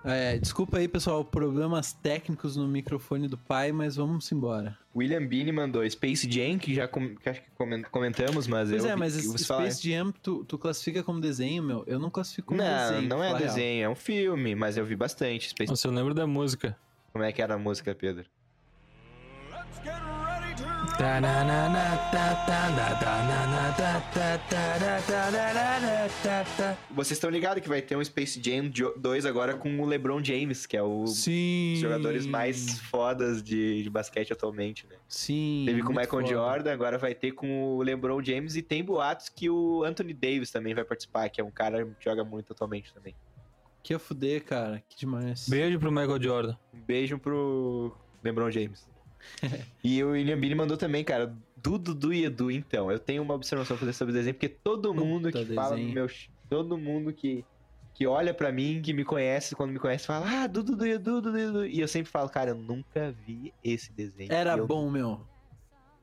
Speaker 4: É, desculpa aí, pessoal, problemas técnicos no microfone do pai, mas vamos embora.
Speaker 3: William Beanie mandou Space Jam, que já com- que acho que comen- comentamos, mas
Speaker 4: Pois
Speaker 3: eu
Speaker 4: é,
Speaker 3: vi
Speaker 4: mas
Speaker 3: que
Speaker 4: esse
Speaker 3: vocês
Speaker 4: Space
Speaker 3: falaram.
Speaker 4: Jam tu, tu classifica como desenho, meu? Eu não classifico como
Speaker 3: não,
Speaker 4: desenho.
Speaker 3: não é
Speaker 4: fala a real.
Speaker 3: desenho, é um filme, mas eu vi bastante Space
Speaker 2: Nossa, eu lembro da música.
Speaker 3: Como é que era a música, Pedro? Vocês estão ligados que vai ter um Space Jam 2 agora com o LeBron James, que é o
Speaker 4: Sim.
Speaker 3: dos jogadores mais fodas de, de basquete atualmente, né?
Speaker 4: Sim.
Speaker 3: Teve com o
Speaker 4: muito
Speaker 3: Michael
Speaker 4: foda.
Speaker 3: Jordan, agora vai ter com o LeBron James e tem boatos que o Anthony Davis também vai participar, que é um cara que joga muito atualmente também.
Speaker 4: Que ia fuder, cara. Que demais.
Speaker 2: Beijo pro Michael Jordan.
Speaker 3: Um beijo pro LeBron James. e o William Bini mandou também, cara, do Dudu e Edu, então. Eu tenho uma observação pra fazer sobre desenho, porque todo mundo que
Speaker 4: desenho.
Speaker 3: fala no meu... ch- Todo mundo que, que olha pra mim, que me conhece, quando me conhece, fala, ah, do Dudu e Edu, Dudu e Edu. E eu sempre falo, cara, eu nunca vi esse desenho.
Speaker 4: Era
Speaker 3: Eu-
Speaker 4: bom, meu.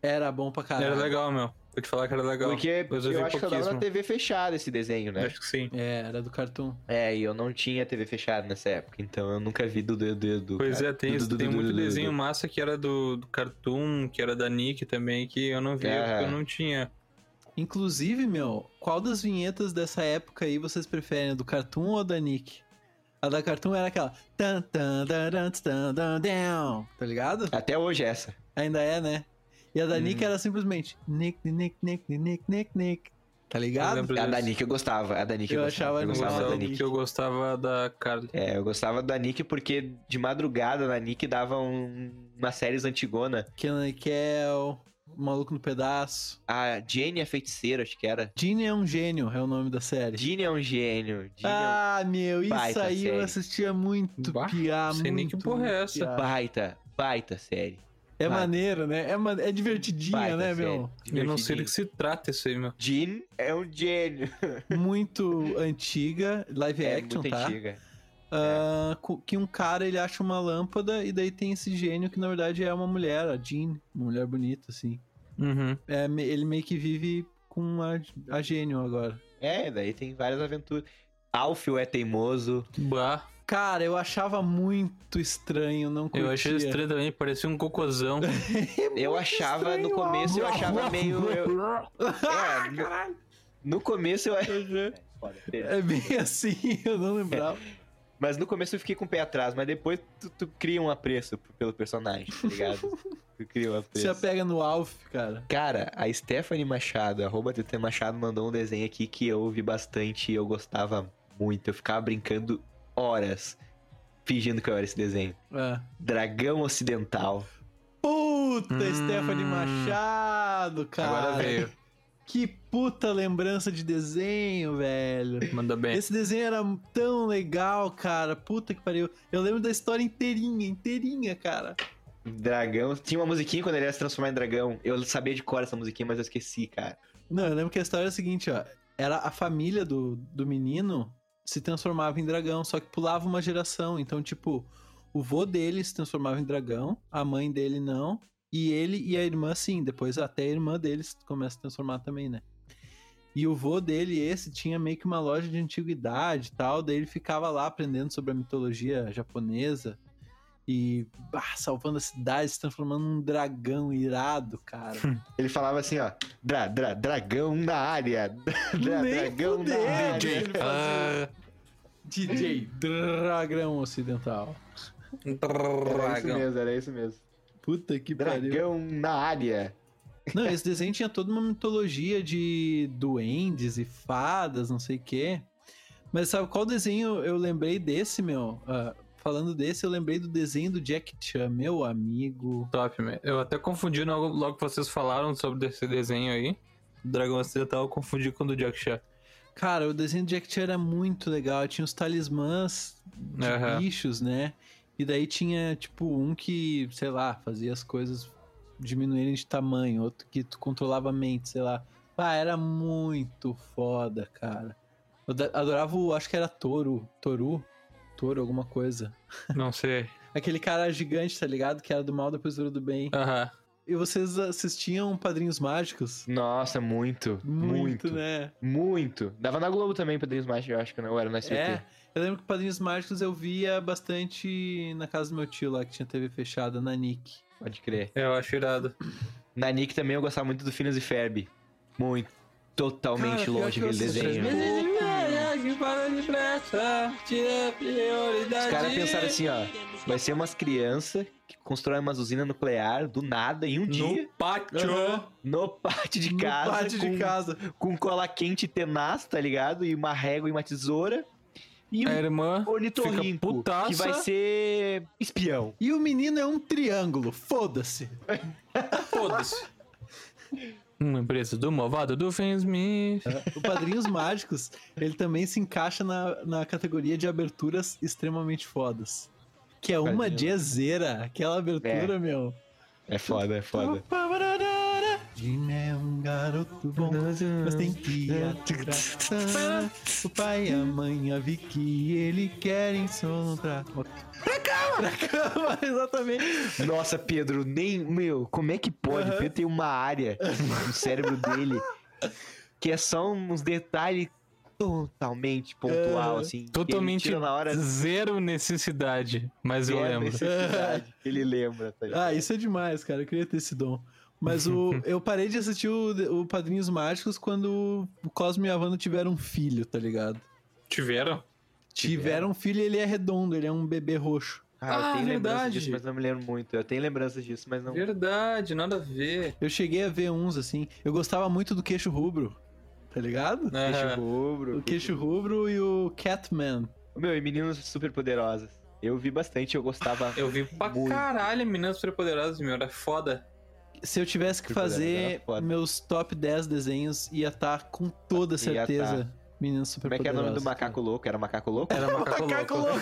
Speaker 4: Era bom pra caralho.
Speaker 2: Era legal, meu. Vou te falar que era legal.
Speaker 3: Porque
Speaker 2: Mas
Speaker 3: eu,
Speaker 2: eu vi
Speaker 3: acho que eu tava na
Speaker 2: pouquíssimo.
Speaker 3: TV fechada esse desenho, né?
Speaker 2: Acho que sim.
Speaker 4: É, era do cartoon.
Speaker 3: É, e eu não tinha TV fechada nessa época, então eu nunca vi Dudu e Edu, Edu.
Speaker 2: Pois
Speaker 3: cara.
Speaker 2: é, tem,
Speaker 3: Dudu,
Speaker 2: isso,
Speaker 3: Dudu,
Speaker 2: tem
Speaker 3: Dudu,
Speaker 2: muito
Speaker 3: Dudu,
Speaker 2: desenho
Speaker 3: Dudu.
Speaker 2: massa que era do, do Cartoon, que era da Nick também, que eu não via,
Speaker 3: É.
Speaker 2: porque eu não tinha.
Speaker 4: Inclusive, meu, qual das vinhetas dessa época aí vocês preferem? A do Cartoon ou a da Nick? A da Cartoon era aquela. Tan, tan, daran, tan, dan, down, tá ligado?
Speaker 3: Até hoje é essa.
Speaker 4: Ainda é, né?
Speaker 1: E a da Nick
Speaker 2: Uhum.
Speaker 1: era simplesmente Nick, Nick, Nick, Nick, Nick, Nick. Tá ligado?
Speaker 2: Eu lembro
Speaker 3: A
Speaker 2: disso.
Speaker 3: da Nick eu gostava. é A da Nick eu,
Speaker 1: Eu achava
Speaker 3: gostava. eu
Speaker 2: Eu
Speaker 3: gostava
Speaker 2: gostava
Speaker 3: da
Speaker 1: animal.
Speaker 3: Nick.
Speaker 2: que eu gostava da Carly.
Speaker 3: É, eu gostava da Nick porque de madrugada na Nick dava um- umas séries antigona.
Speaker 1: Kenan e Kel, o Maluco no Pedaço.
Speaker 3: A Jenny é feiticeira, acho que era.
Speaker 1: Gene é um gênio, é o nome da série.
Speaker 3: Ginny é um gênio. Ginny é
Speaker 1: Ah, meu, isso
Speaker 3: Baita
Speaker 1: aí eu
Speaker 3: série.
Speaker 1: assistia muito
Speaker 2: Bah,
Speaker 1: piá,
Speaker 2: sei nem
Speaker 1: muito,
Speaker 2: que porra é
Speaker 1: muito
Speaker 2: essa.
Speaker 3: um
Speaker 1: piá.
Speaker 3: baita, baita série.
Speaker 1: É
Speaker 3: Baita.
Speaker 1: maneiro, né? É, ma- é divertidinha,
Speaker 3: Baita
Speaker 1: né,
Speaker 3: série. é
Speaker 1: meu?
Speaker 2: Eu não sei do que se trata isso aí, meu.
Speaker 3: Jean é um gênio.
Speaker 1: Muito antiga, live
Speaker 3: é
Speaker 1: action,
Speaker 3: muito
Speaker 1: tá?
Speaker 3: antiga.
Speaker 1: Ah, co- que um cara ele acha uma lâmpada e daí tem esse gênio que na verdade é uma mulher, a Jean, uma mulher bonita, assim.
Speaker 2: Uhum.
Speaker 1: É, me- ele meio que vive com a, a gênio agora.
Speaker 3: É, daí tem várias aventuras. Alfio é teimoso.
Speaker 2: Bah,
Speaker 1: Cara, eu achava muito estranho, não curtia.
Speaker 2: eu achei estranho também, parecia um cocôzão.
Speaker 3: Eu achava no
Speaker 1: estranho,
Speaker 3: começo, eu
Speaker 1: ó.
Speaker 3: achava meio. eu- É, no, no começo eu.
Speaker 1: Uhum.
Speaker 3: É, foda, beleza.
Speaker 1: É bem assim, eu não lembrava.
Speaker 3: Mas no começo eu fiquei com o pé atrás, mas depois tu, tu cria um apreço p- pelo personagem, tá ligado? tu cria um
Speaker 1: Você
Speaker 3: apreço.
Speaker 1: apega no Alf, cara.
Speaker 3: Cara, a Stephanie Machado, arroba TT Machado, mandou um desenho aqui que eu vi bastante e eu gostava muito. Eu ficava brincando horas fingindo que eu era esse desenho.
Speaker 1: É.
Speaker 3: Dragão Ocidental.
Speaker 1: Puta,
Speaker 2: Hum.
Speaker 1: Stephanie Machado, cara.
Speaker 2: Agora veio.
Speaker 1: Que puta lembrança de desenho, velho.
Speaker 2: Manda bem.
Speaker 1: Esse desenho era tão legal, cara. Puta que pariu. Eu lembro da história inteirinha, inteirinha, cara.
Speaker 3: Dragão. Tinha uma musiquinha quando ele ia se transformar em dragão. Eu sabia de cor essa musiquinha, mas eu esqueci, cara.
Speaker 1: Não, eu lembro que a história é a seguinte, ó. Era a família do, do menino se transformava em dragão, só que pulava uma geração. Então, tipo, o vô dele se transformava em dragão, a mãe dele não. E ele e a irmã, sim. Depois até a irmã deles começa a se transformar também, né? E o vô dele, esse, tinha meio que uma loja de antiguidade e tal. Daí ele ficava lá aprendendo sobre a mitologia japonesa. E bah, salvando a cidade, se transformando num dragão irado, cara.
Speaker 3: Ele falava assim, ó. Dra, dra, dragão na área. Dra,
Speaker 1: Nem
Speaker 3: dragão na
Speaker 1: fudendo.
Speaker 3: área.
Speaker 1: DJ. ele
Speaker 2: Ah,
Speaker 1: fazia. DJ Dragão Ocidental.
Speaker 3: Era isso
Speaker 2: dragão.
Speaker 3: mesmo, era isso mesmo.
Speaker 1: Puta que pariu.
Speaker 3: Dragão na área.
Speaker 1: Não, esse desenho tinha toda uma mitologia de duendes e fadas, não sei o quê. Mas sabe qual desenho eu lembrei desse, meu? Ah, falando desse, eu lembrei do desenho do Jack Chan, meu amigo.
Speaker 2: Top, man. Eu até confundi logo, logo que vocês falaram sobre esse desenho aí. Dragão Ocidental, eu confundi com o do Jack Chan.
Speaker 1: Cara, o desenho do Jack Chan era muito legal. Tinha os talismãs de
Speaker 2: Aham.
Speaker 1: bichos, né? E daí tinha, tipo, um que, sei lá, fazia as coisas diminuírem de tamanho, outro que tu controlava a mente, sei lá. Ah, era muito foda, cara. Eu da- adorava o, acho que era Toru, Toru, Toru, alguma coisa.
Speaker 2: Não sei.
Speaker 1: Aquele cara gigante, tá ligado? Que era do mal, depois virou do bem.
Speaker 2: Aham.
Speaker 1: E vocês assistiam Padrinhos Mágicos?
Speaker 3: Nossa, muito.
Speaker 1: Muito,
Speaker 3: Muito.
Speaker 1: né?
Speaker 3: Muito. Dava na Globo também, Padrinhos Mágicos, eu acho que não. Ou era no SBT.
Speaker 1: É, eu lembro que Padrinhos Mágicos eu via bastante na casa do meu tio lá, que tinha TV fechada, na Nick.
Speaker 3: Pode crer.
Speaker 2: Eu acho irado.
Speaker 3: Na Nick também eu gostava muito do Phineas e Ferb. Muito. Totalmente
Speaker 1: Cara, pior
Speaker 3: longe
Speaker 1: que eu
Speaker 3: aquele
Speaker 1: assisti
Speaker 3: desenho.
Speaker 1: mesmo.
Speaker 2: é
Speaker 3: Os caras pensaram assim, ó. Vai ser umas crianças que constroem umas usinas nuclear do nada em um dia
Speaker 2: No pátio.
Speaker 1: Aham.
Speaker 3: no pátio de
Speaker 1: No
Speaker 3: casa.
Speaker 1: pátio
Speaker 3: com,
Speaker 1: de casa.
Speaker 3: com cola quente e tenaz, tá ligado? E uma régua e uma tesoura. E
Speaker 2: A
Speaker 3: um
Speaker 2: irmã É, fica
Speaker 3: ornitorrinco
Speaker 2: putaça.
Speaker 3: que vai ser espião.
Speaker 1: E o menino é um triângulo, foda-se.
Speaker 2: Foda-se. Uma empresa do malvado do Finn Smith.
Speaker 1: O Padrinhos Mágicos, ele também se encaixa na, na categoria de aberturas extremamente fodas. Que é uma
Speaker 3: Padrinhos.
Speaker 1: jazzeira, aquela abertura, meu.
Speaker 3: É foda, é foda.
Speaker 1: Jim é um garoto bom, mas tem que atração. O pai e a mãe, a Vicky, ele querem sonorar. Pra cama! Pra cama, exatamente.
Speaker 3: Nossa, Pedro, nem. Meu, como é que pode?
Speaker 1: Aham.
Speaker 3: Pedro tem uma área no cérebro dele que é só uns detalhes totalmente pontual,
Speaker 1: Aham.
Speaker 3: assim. que ele
Speaker 2: Totalmente
Speaker 3: tira na hora
Speaker 2: zero necessidade, mas eu
Speaker 3: zero
Speaker 2: lembro.
Speaker 3: necessidade. Ele lembra, tá ligado?
Speaker 1: Ah, isso é demais, cara. Eu queria ter esse dom. Mas o, eu parei de assistir o, o Padrinhos Mágicos quando o Cosmo e a Wanda tiveram um filho, tá ligado?
Speaker 2: Tiveram?
Speaker 1: Tiveram um filho e ele é redondo, ele é um bebê roxo.
Speaker 3: Cara,
Speaker 2: Ah,
Speaker 3: eu tenho lembrança
Speaker 2: verdade.
Speaker 3: disso, mas não me lembro muito. Eu tenho lembrança disso, mas não.
Speaker 2: Verdade, nada a ver.
Speaker 1: Eu cheguei a ver uns assim. Eu gostava muito do queixo rubro, tá ligado?
Speaker 2: Aham.
Speaker 3: Queixo rubro.
Speaker 1: O queixo rubro e o Catman.
Speaker 3: Meu, e meninas super poderosas. Eu vi bastante, eu gostava.
Speaker 2: Eu vi pra
Speaker 3: Muito.
Speaker 2: caralho Meninas Superpoderosas, meu. Era foda.
Speaker 1: Se eu tivesse que
Speaker 3: Superpoderoso
Speaker 1: fazer
Speaker 3: era foda.
Speaker 1: meus top 10 desenhos, ia estar com toda
Speaker 3: Ia tá.
Speaker 1: certeza. Meninas super
Speaker 3: Como é que era o nome do macaco louco? Era macaco louco?
Speaker 2: Era macaco,
Speaker 1: Macaco louco.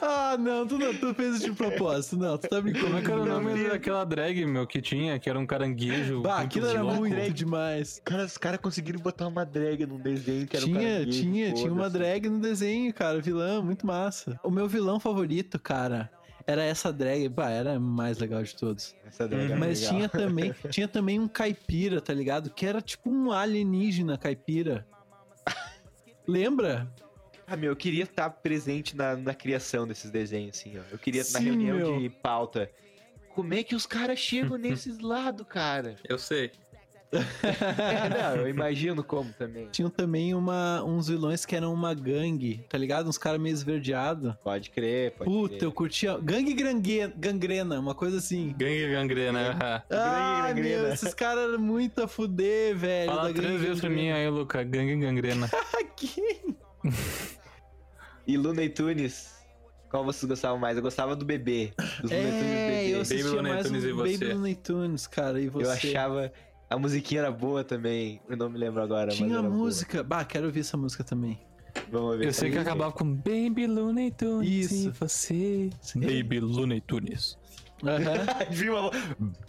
Speaker 1: ah, não tu, não, tu fez isso de propósito, não. Tu tá brincando.
Speaker 2: Como é que era o
Speaker 1: Não,
Speaker 2: nome daquela drag, meu, que tinha, que era um caranguejo?
Speaker 1: Bah,
Speaker 2: muito
Speaker 1: aquilo era
Speaker 2: louco.
Speaker 1: muito demais.
Speaker 3: Cara, os caras conseguiram botar uma drag num desenho que era um
Speaker 1: tinha,
Speaker 3: cara gay,
Speaker 1: tinha, tinha uma
Speaker 3: foda-se.
Speaker 1: drag no desenho, cara. Vilão, muito massa. O meu vilão favorito, cara, era essa drag. Bah, era a mais legal de todos.
Speaker 3: Essa drag era
Speaker 1: Uhum. Mas
Speaker 3: legal.
Speaker 1: tinha também, tinha também um caipira, tá ligado? Que era tipo um alienígena caipira. Lembra?
Speaker 3: Ah, meu, eu queria estar presente na, na criação desses desenhos, assim, ó. Eu queria estar na
Speaker 1: Sim,
Speaker 3: reunião
Speaker 1: meu.
Speaker 3: de pauta. Como é que os caras chegam nesses lados, cara?
Speaker 2: Eu sei.
Speaker 3: É, não, eu imagino como também.
Speaker 1: Tinham também uma, uns vilões que eram uma gangue, tá ligado? Uns caras meio esverdeados.
Speaker 3: Pode crer, pode
Speaker 1: Puta,
Speaker 3: crer.
Speaker 1: eu curtia. Gangue grangue- gangrena, uma coisa assim.
Speaker 2: Gangue né? gangrena. aham.
Speaker 1: Ah,
Speaker 3: Gangue Gangrena.
Speaker 1: meu, esses caras eram muito a fuder, velho.
Speaker 2: Fala
Speaker 1: da
Speaker 2: três
Speaker 1: Gangue
Speaker 2: vezes pra mim
Speaker 1: Gangrena.
Speaker 2: aí, Luca. Gangue gangrena.
Speaker 1: Aqui.
Speaker 3: E Luna e Tunes, qual vocês gostavam mais? Eu gostava do bebê. Dos Luna e Tunes
Speaker 1: É,
Speaker 3: bebê.
Speaker 1: eu assistia
Speaker 2: Baby Looney
Speaker 1: mais
Speaker 2: Tunes
Speaker 1: um
Speaker 2: e você.
Speaker 1: Baby Looney Tunes, cara, e você?
Speaker 3: Eu achava. A musiquinha era boa também. Eu não me lembro agora. mas
Speaker 1: Tinha
Speaker 3: era
Speaker 1: música. Bah, quero ouvir essa música também.
Speaker 3: boa. Vamos ver.
Speaker 2: Eu sei que acabava com Baby Looney Tunes
Speaker 1: Isso.
Speaker 2: e você. Baby Looney Tunes.
Speaker 1: Aham.
Speaker 3: Vi uma-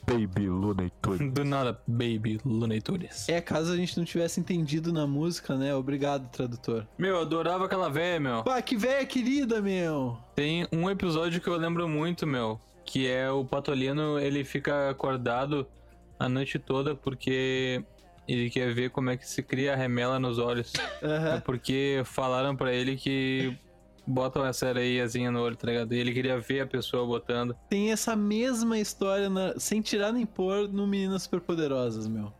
Speaker 5: Baby Looney Tunes.
Speaker 2: Do nada, Baby Looney Tunes.
Speaker 1: é, caso a gente não tivesse entendido na música, né? Obrigado, tradutor.
Speaker 2: Meu, eu adorava aquela véia, meu.
Speaker 1: Bah, que velha querida, meu.
Speaker 2: Tem um episódio que eu lembro muito, meu, que é o Patolino, ele fica acordado a noite toda porque ele quer ver como é que se cria a remela nos olhos. É
Speaker 1: Aham.
Speaker 2: porque falaram pra ele que botam essa areiazinha no olho, tá ligado? E ele queria ver a pessoa botando.
Speaker 1: Tem essa mesma história, na- sem tirar nem pôr, no Meninas Superpoderosas, meu.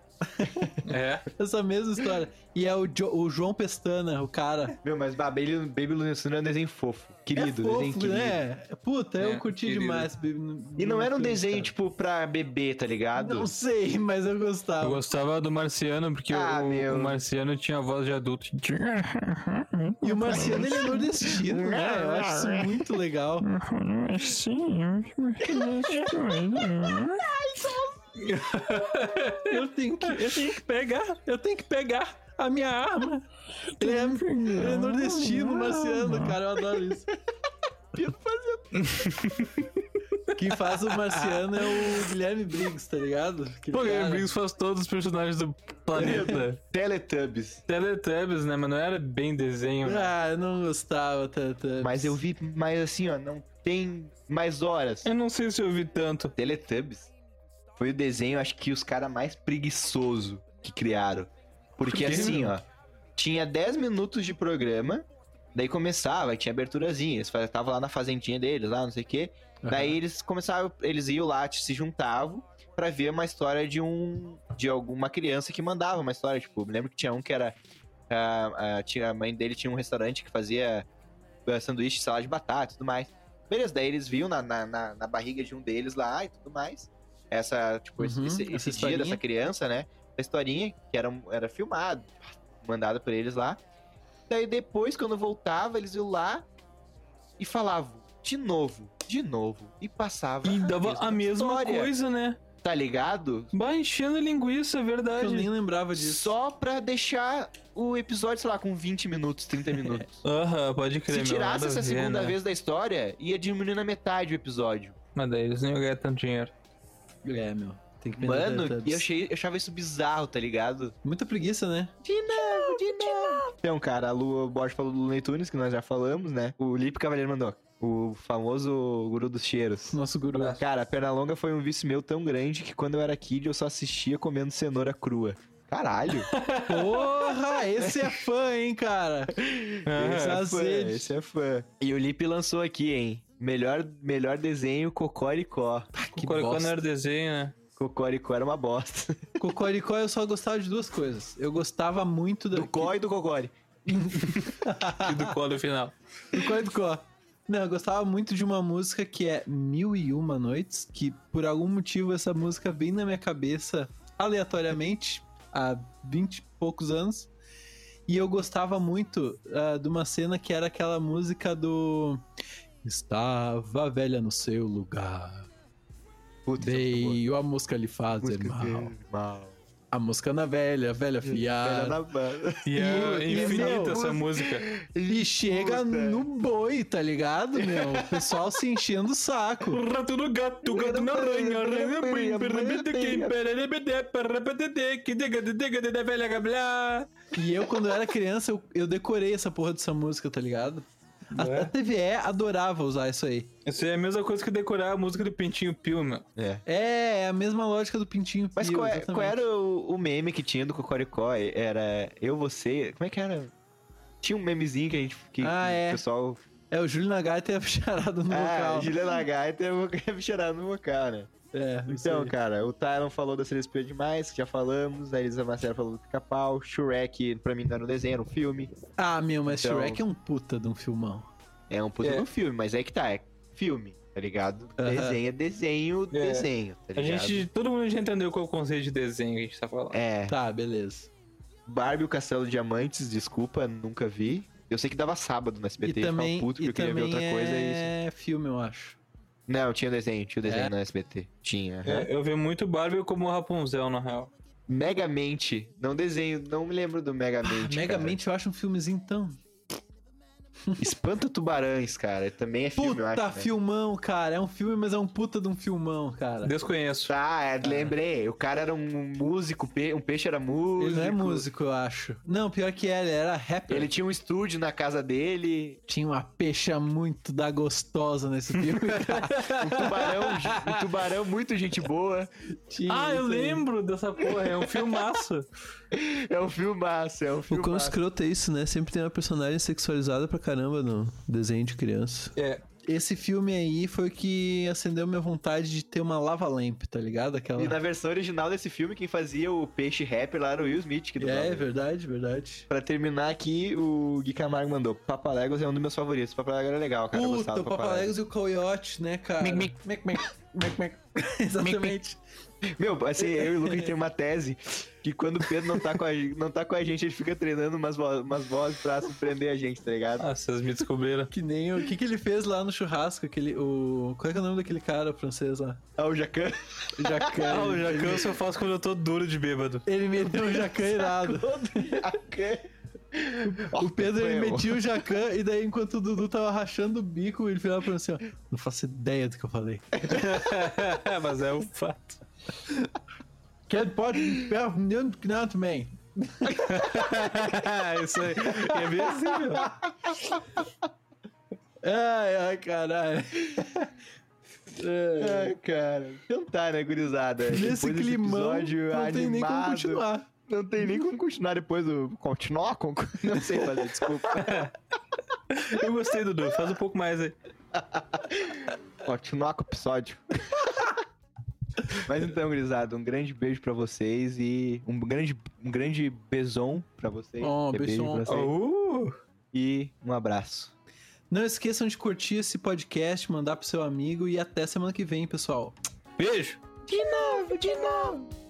Speaker 2: É.
Speaker 1: Essa mesma história. E é o, Jo- o João Pestana, o cara.
Speaker 3: Meu, mas bah, Baby, Baby Looney Tunes era um desenho fofo. Querido,
Speaker 1: é fofo,
Speaker 3: desenho querido.
Speaker 1: né? Puta, eu
Speaker 2: É,
Speaker 1: curti
Speaker 2: querido.
Speaker 1: demais. Baby
Speaker 3: E não era um
Speaker 1: Looney Tunes,
Speaker 3: desenho,
Speaker 1: cara.
Speaker 3: tipo, pra bebê, tá ligado?
Speaker 1: Não sei, mas eu gostava.
Speaker 2: Eu gostava do Marciano, porque
Speaker 3: Ah,
Speaker 2: o,
Speaker 3: meu.
Speaker 2: o Marciano tinha voz de adulto. Tipo,
Speaker 1: E o Marciano, ele é nordestino, né? Eu acho isso muito legal. Eu tenho que, eu tenho que pegar, eu tenho que pegar a minha arma. Ele é, ele é nordestino, marciano, cara, eu adoro isso. Quem faz o marciano é o Guilherme Briggs, tá ligado? Aquele
Speaker 2: Pô, o Game
Speaker 1: cara.
Speaker 2: Briggs faz todos os personagens do planeta.
Speaker 3: Teletubbies.
Speaker 2: Teletubbies, né? Mas não era bem desenho. né?
Speaker 1: Ah, eu não gostava tanto.
Speaker 3: Mas eu vi, mas assim, ó, não tem mais horas.
Speaker 2: Eu não sei se eu vi tanto.
Speaker 3: Teletubbies foi o desenho, acho que os caras mais preguiçoso que criaram. Porque
Speaker 2: Por quê,
Speaker 3: assim,
Speaker 2: meu?
Speaker 3: ó, tinha 10 minutos de programa, daí começava, tinha aberturazinha, eles estavam lá na fazendinha deles, lá, não sei o quê. Daí eles começavam, eles iam lá, se juntavam pra ver uma história de um de alguma criança que mandava uma história, tipo, eu me lembro que tinha um que era a, a- tinha, a mãe dele tinha um restaurante que fazia eh, sanduíche, salada de batata e tudo mais. Beleza, daí eles viam na, na, na- na barriga de um deles lá e tudo mais. Essa, tipo, esse-
Speaker 1: Uhum,
Speaker 3: esse,
Speaker 1: essa
Speaker 3: esse dia dessa
Speaker 1: historinha.
Speaker 3: criança, né? Essa historinha que era, um, era filmado, mandada por eles lá. Daí depois, quando voltava, eles iam lá e falavam de novo, de novo. E passava
Speaker 2: E dava a mesma
Speaker 3: história,
Speaker 2: coisa, né?
Speaker 3: Tá ligado?
Speaker 2: Bah, enchendo linguiça, é
Speaker 1: Eu nem
Speaker 2: verdade.
Speaker 1: lembrava disso.
Speaker 3: Só pra deixar o episódio, sei lá, com 20 minutos, 30 minutos.
Speaker 2: Aham, pode crer.
Speaker 3: Se
Speaker 2: meu,
Speaker 3: tirasse
Speaker 2: nada a
Speaker 3: essa
Speaker 2: ver,
Speaker 3: segunda
Speaker 2: né?
Speaker 3: vez da história, ia diminuir na metade o episódio.
Speaker 2: Mas daí eles não iam ganhar tanto dinheiro.
Speaker 1: É, meu. Tem que pegar
Speaker 3: Mano,
Speaker 1: Teletubbies.
Speaker 3: e eu, achei, eu achava isso bizarro, tá ligado?
Speaker 1: Muita preguiça, né?
Speaker 3: Então, cara, a Lu Borges falou do Looney Tunes, que nós já falamos, né? O Lipe Cavaleiro mandou. O famoso guru dos cheiros.
Speaker 1: Nosso guru.
Speaker 3: Cara, Pernalonga foi um vício meu tão grande que quando eu era kid eu só assistia comendo cenoura crua. Caralho!
Speaker 1: Porra, esse é fã, hein, cara?
Speaker 3: Esse é, fã,
Speaker 1: Cacete.
Speaker 3: esse é fã. E o Lipe lançou aqui, hein? Melhor, melhor desenho, é Cocoricó.
Speaker 2: Que Coricó não era desenho, né?
Speaker 3: Cocoricó era uma bosta.
Speaker 1: Cocoricó eu só gostava de duas coisas. Eu gostava muito da...
Speaker 3: Do Có e do Cocore.
Speaker 2: E do colo final.
Speaker 1: do Cocoricó. Não, eu gostava muito de uma música que é Mil e Uma Noites, que por algum motivo essa música vem na minha cabeça aleatoriamente há 20 e poucos anos. E eu gostava muito ah, de uma cena que era aquela música do. Estava a velha no seu lugar.
Speaker 3: Puta,
Speaker 1: Veio a música lhe fazer
Speaker 3: é música
Speaker 1: mal.
Speaker 3: dele, mal.
Speaker 1: A música na velha, a velha
Speaker 3: Velha
Speaker 1: fiada.
Speaker 3: da banda.
Speaker 2: E é
Speaker 1: E- e,
Speaker 2: infinita
Speaker 1: meu,
Speaker 2: essa música.
Speaker 1: E chega
Speaker 3: Puta.
Speaker 1: no boi, tá ligado, meu? O pessoal se enchendo o saco.
Speaker 2: O rato no gato, o gato na aranha, aranha bem, perrebedequim, perrerebedé, perrebededê, que diga, de diga, de da velha gablá.
Speaker 1: E eu, quando era criança, eu, eu decorei essa porra dessa música, tá ligado? A,
Speaker 3: é?
Speaker 1: a TVE adorava usar isso aí.
Speaker 2: Isso aí é a mesma coisa que decorar a música do Pintinho Pio, meu.
Speaker 3: É.
Speaker 1: É, é a mesma lógica do Pintinho
Speaker 3: Mas
Speaker 1: Pio,
Speaker 3: qual, é-
Speaker 1: exatamente.
Speaker 3: qual era o, o meme que tinha do Cocoricó? Era eu, você. Como é que era? Tinha um memezinho que a gente. Que,
Speaker 1: Ah,
Speaker 3: que
Speaker 1: é.
Speaker 3: O pessoal.
Speaker 1: É, o Júlio Nagaita é charada no
Speaker 3: Ah,
Speaker 1: local.
Speaker 3: Juliana Gaita é chorar no vocal, né?
Speaker 1: É, isso
Speaker 3: Então,
Speaker 1: aí.
Speaker 3: cara, o Tylon falou da CDSP demais, que já falamos. A Elisa Marcela falou do pica-pau. Shrek, pra mim, não era um desenho, era um filme.
Speaker 1: Ah, meu, mas
Speaker 3: Então-
Speaker 1: Shrek é um puta de um filmão.
Speaker 3: É um puta
Speaker 2: É.
Speaker 3: do filme, mas é que tá, é filme, tá ligado?
Speaker 1: Aham.
Speaker 3: Desenho é desenho,
Speaker 2: É.
Speaker 3: desenho, tá
Speaker 2: A
Speaker 3: ligado?
Speaker 2: gente, todo mundo já entendeu qual é o conceito de desenho que a gente tá falando.
Speaker 3: É,
Speaker 1: Tá, beleza.
Speaker 3: Barbie e o Castelo de Diamantes, desculpa, nunca vi. Eu sei que dava sábado
Speaker 1: E
Speaker 3: no SBT, eu ficava
Speaker 1: também,
Speaker 3: puto porque
Speaker 1: e
Speaker 3: eu queria ver
Speaker 1: também
Speaker 3: outra coisa. e isso.
Speaker 1: é filme, eu acho.
Speaker 3: Não, tinha desenho, tinha desenho
Speaker 1: É?
Speaker 3: no SBT. Tinha. aham.
Speaker 2: É, Eu vi muito Barbie como Rapunzel, na real.
Speaker 3: Megamente, não desenho, não me lembro do
Speaker 1: Ah,
Speaker 3: Megamente. Megamente.
Speaker 1: Megamente eu acho um filmezinho tão...
Speaker 3: Espanta Tubarões, cara, também é filme, eu acho.
Speaker 1: Puta
Speaker 3: né?
Speaker 1: filmão, cara. É um filme, mas é um puta de um filmão, cara.
Speaker 2: Desconheço.
Speaker 3: Tá,
Speaker 1: Ah.
Speaker 3: é, lembrei. O cara era um músico, pe- um peixe era músico.
Speaker 1: Ele não é músico, eu acho. Não, pior que é, ele, ele era rapper.
Speaker 3: Ele tinha um estúdio na casa dele,
Speaker 1: Tinha uma peixa muito da gostosa nesse filme.
Speaker 3: um tubarão, um tubarão muito gente boa.
Speaker 2: Ah, eu lembro dessa porra, é um filmaço.
Speaker 3: É um filmaço, é um
Speaker 1: O quão
Speaker 3: filmaço.
Speaker 1: escroto é isso, né? Sempre tem uma personagem sexualizada pra caramba no desenho de criança.
Speaker 2: É,
Speaker 1: Esse filme aí foi o que acendeu minha vontade de ter uma lava lamp, tá ligado?
Speaker 3: E na
Speaker 1: Aquela.
Speaker 3: versão original desse filme, quem fazia o peixe rapper lá era o Will Smith. Que dublava.
Speaker 1: É, verdade, verdade.
Speaker 3: Pra terminar aqui, o Gui Camargo mandou. Papalegos é um dos meus favoritos. Papalegos era legal, cara. eu
Speaker 1: Puta,
Speaker 3: gostava
Speaker 1: o
Speaker 3: do Papaléguas.
Speaker 1: Papalegos e o Coyote, né, cara?
Speaker 2: Mic, mic.
Speaker 1: mic, mic. Mic, mic. Exatamente.
Speaker 3: Meu, assim, eu e o Lucas a gente tem uma tese que quando o Pedro não tá com a, gen- não tá com a gente, ele fica treinando umas, vo- umas vozes pra surpreender a gente, tá ligado?
Speaker 2: ah, vocês me descobriram.
Speaker 1: Que nem o que, que ele fez lá no churrasco, aquele. O... Qual é, que é o nome daquele cara francês lá?
Speaker 3: Ah, o Jacan.
Speaker 1: Jacan.
Speaker 2: Ah, o Jacan eu só faço quando eu tô duro de bêbado.
Speaker 1: Ele meteu o Jacan irado.
Speaker 3: Jacan.
Speaker 1: O Pedro ele metia o Jacan e daí enquanto o Dudu tava rachando o bico, ele virava pra mim assim, ó. Não faço ideia do que eu falei.
Speaker 2: Mas é um fato.
Speaker 1: Can't pode um not man.
Speaker 2: Isso aí. É bem assim, meu.
Speaker 1: Ai, ai, caralho. É.
Speaker 3: Ai, cara. Então tá, né, gurizada?
Speaker 1: Nesse
Speaker 3: Depois desse
Speaker 1: climão, não tem
Speaker 3: episódio
Speaker 1: nem como
Speaker 3: animado,
Speaker 1: continuar.
Speaker 3: Não tem nem como continuar depois do... Continuar? Con- Não sei fazer, desculpa.
Speaker 2: Eu gostei, Dudu. Faz um pouco mais aí.
Speaker 3: Continuar com o episódio. Mas então, gurizada, um grande beijo pra vocês e um grande, um grande beijão pra vocês.
Speaker 1: Oh,
Speaker 3: É beijo
Speaker 1: beijão.
Speaker 3: pra vocês.
Speaker 2: Uh,
Speaker 3: E um abraço.
Speaker 1: Não esqueçam de curtir esse podcast, mandar pro seu amigo e até semana que vem, pessoal.
Speaker 2: beijo.
Speaker 3: De novo, de novo.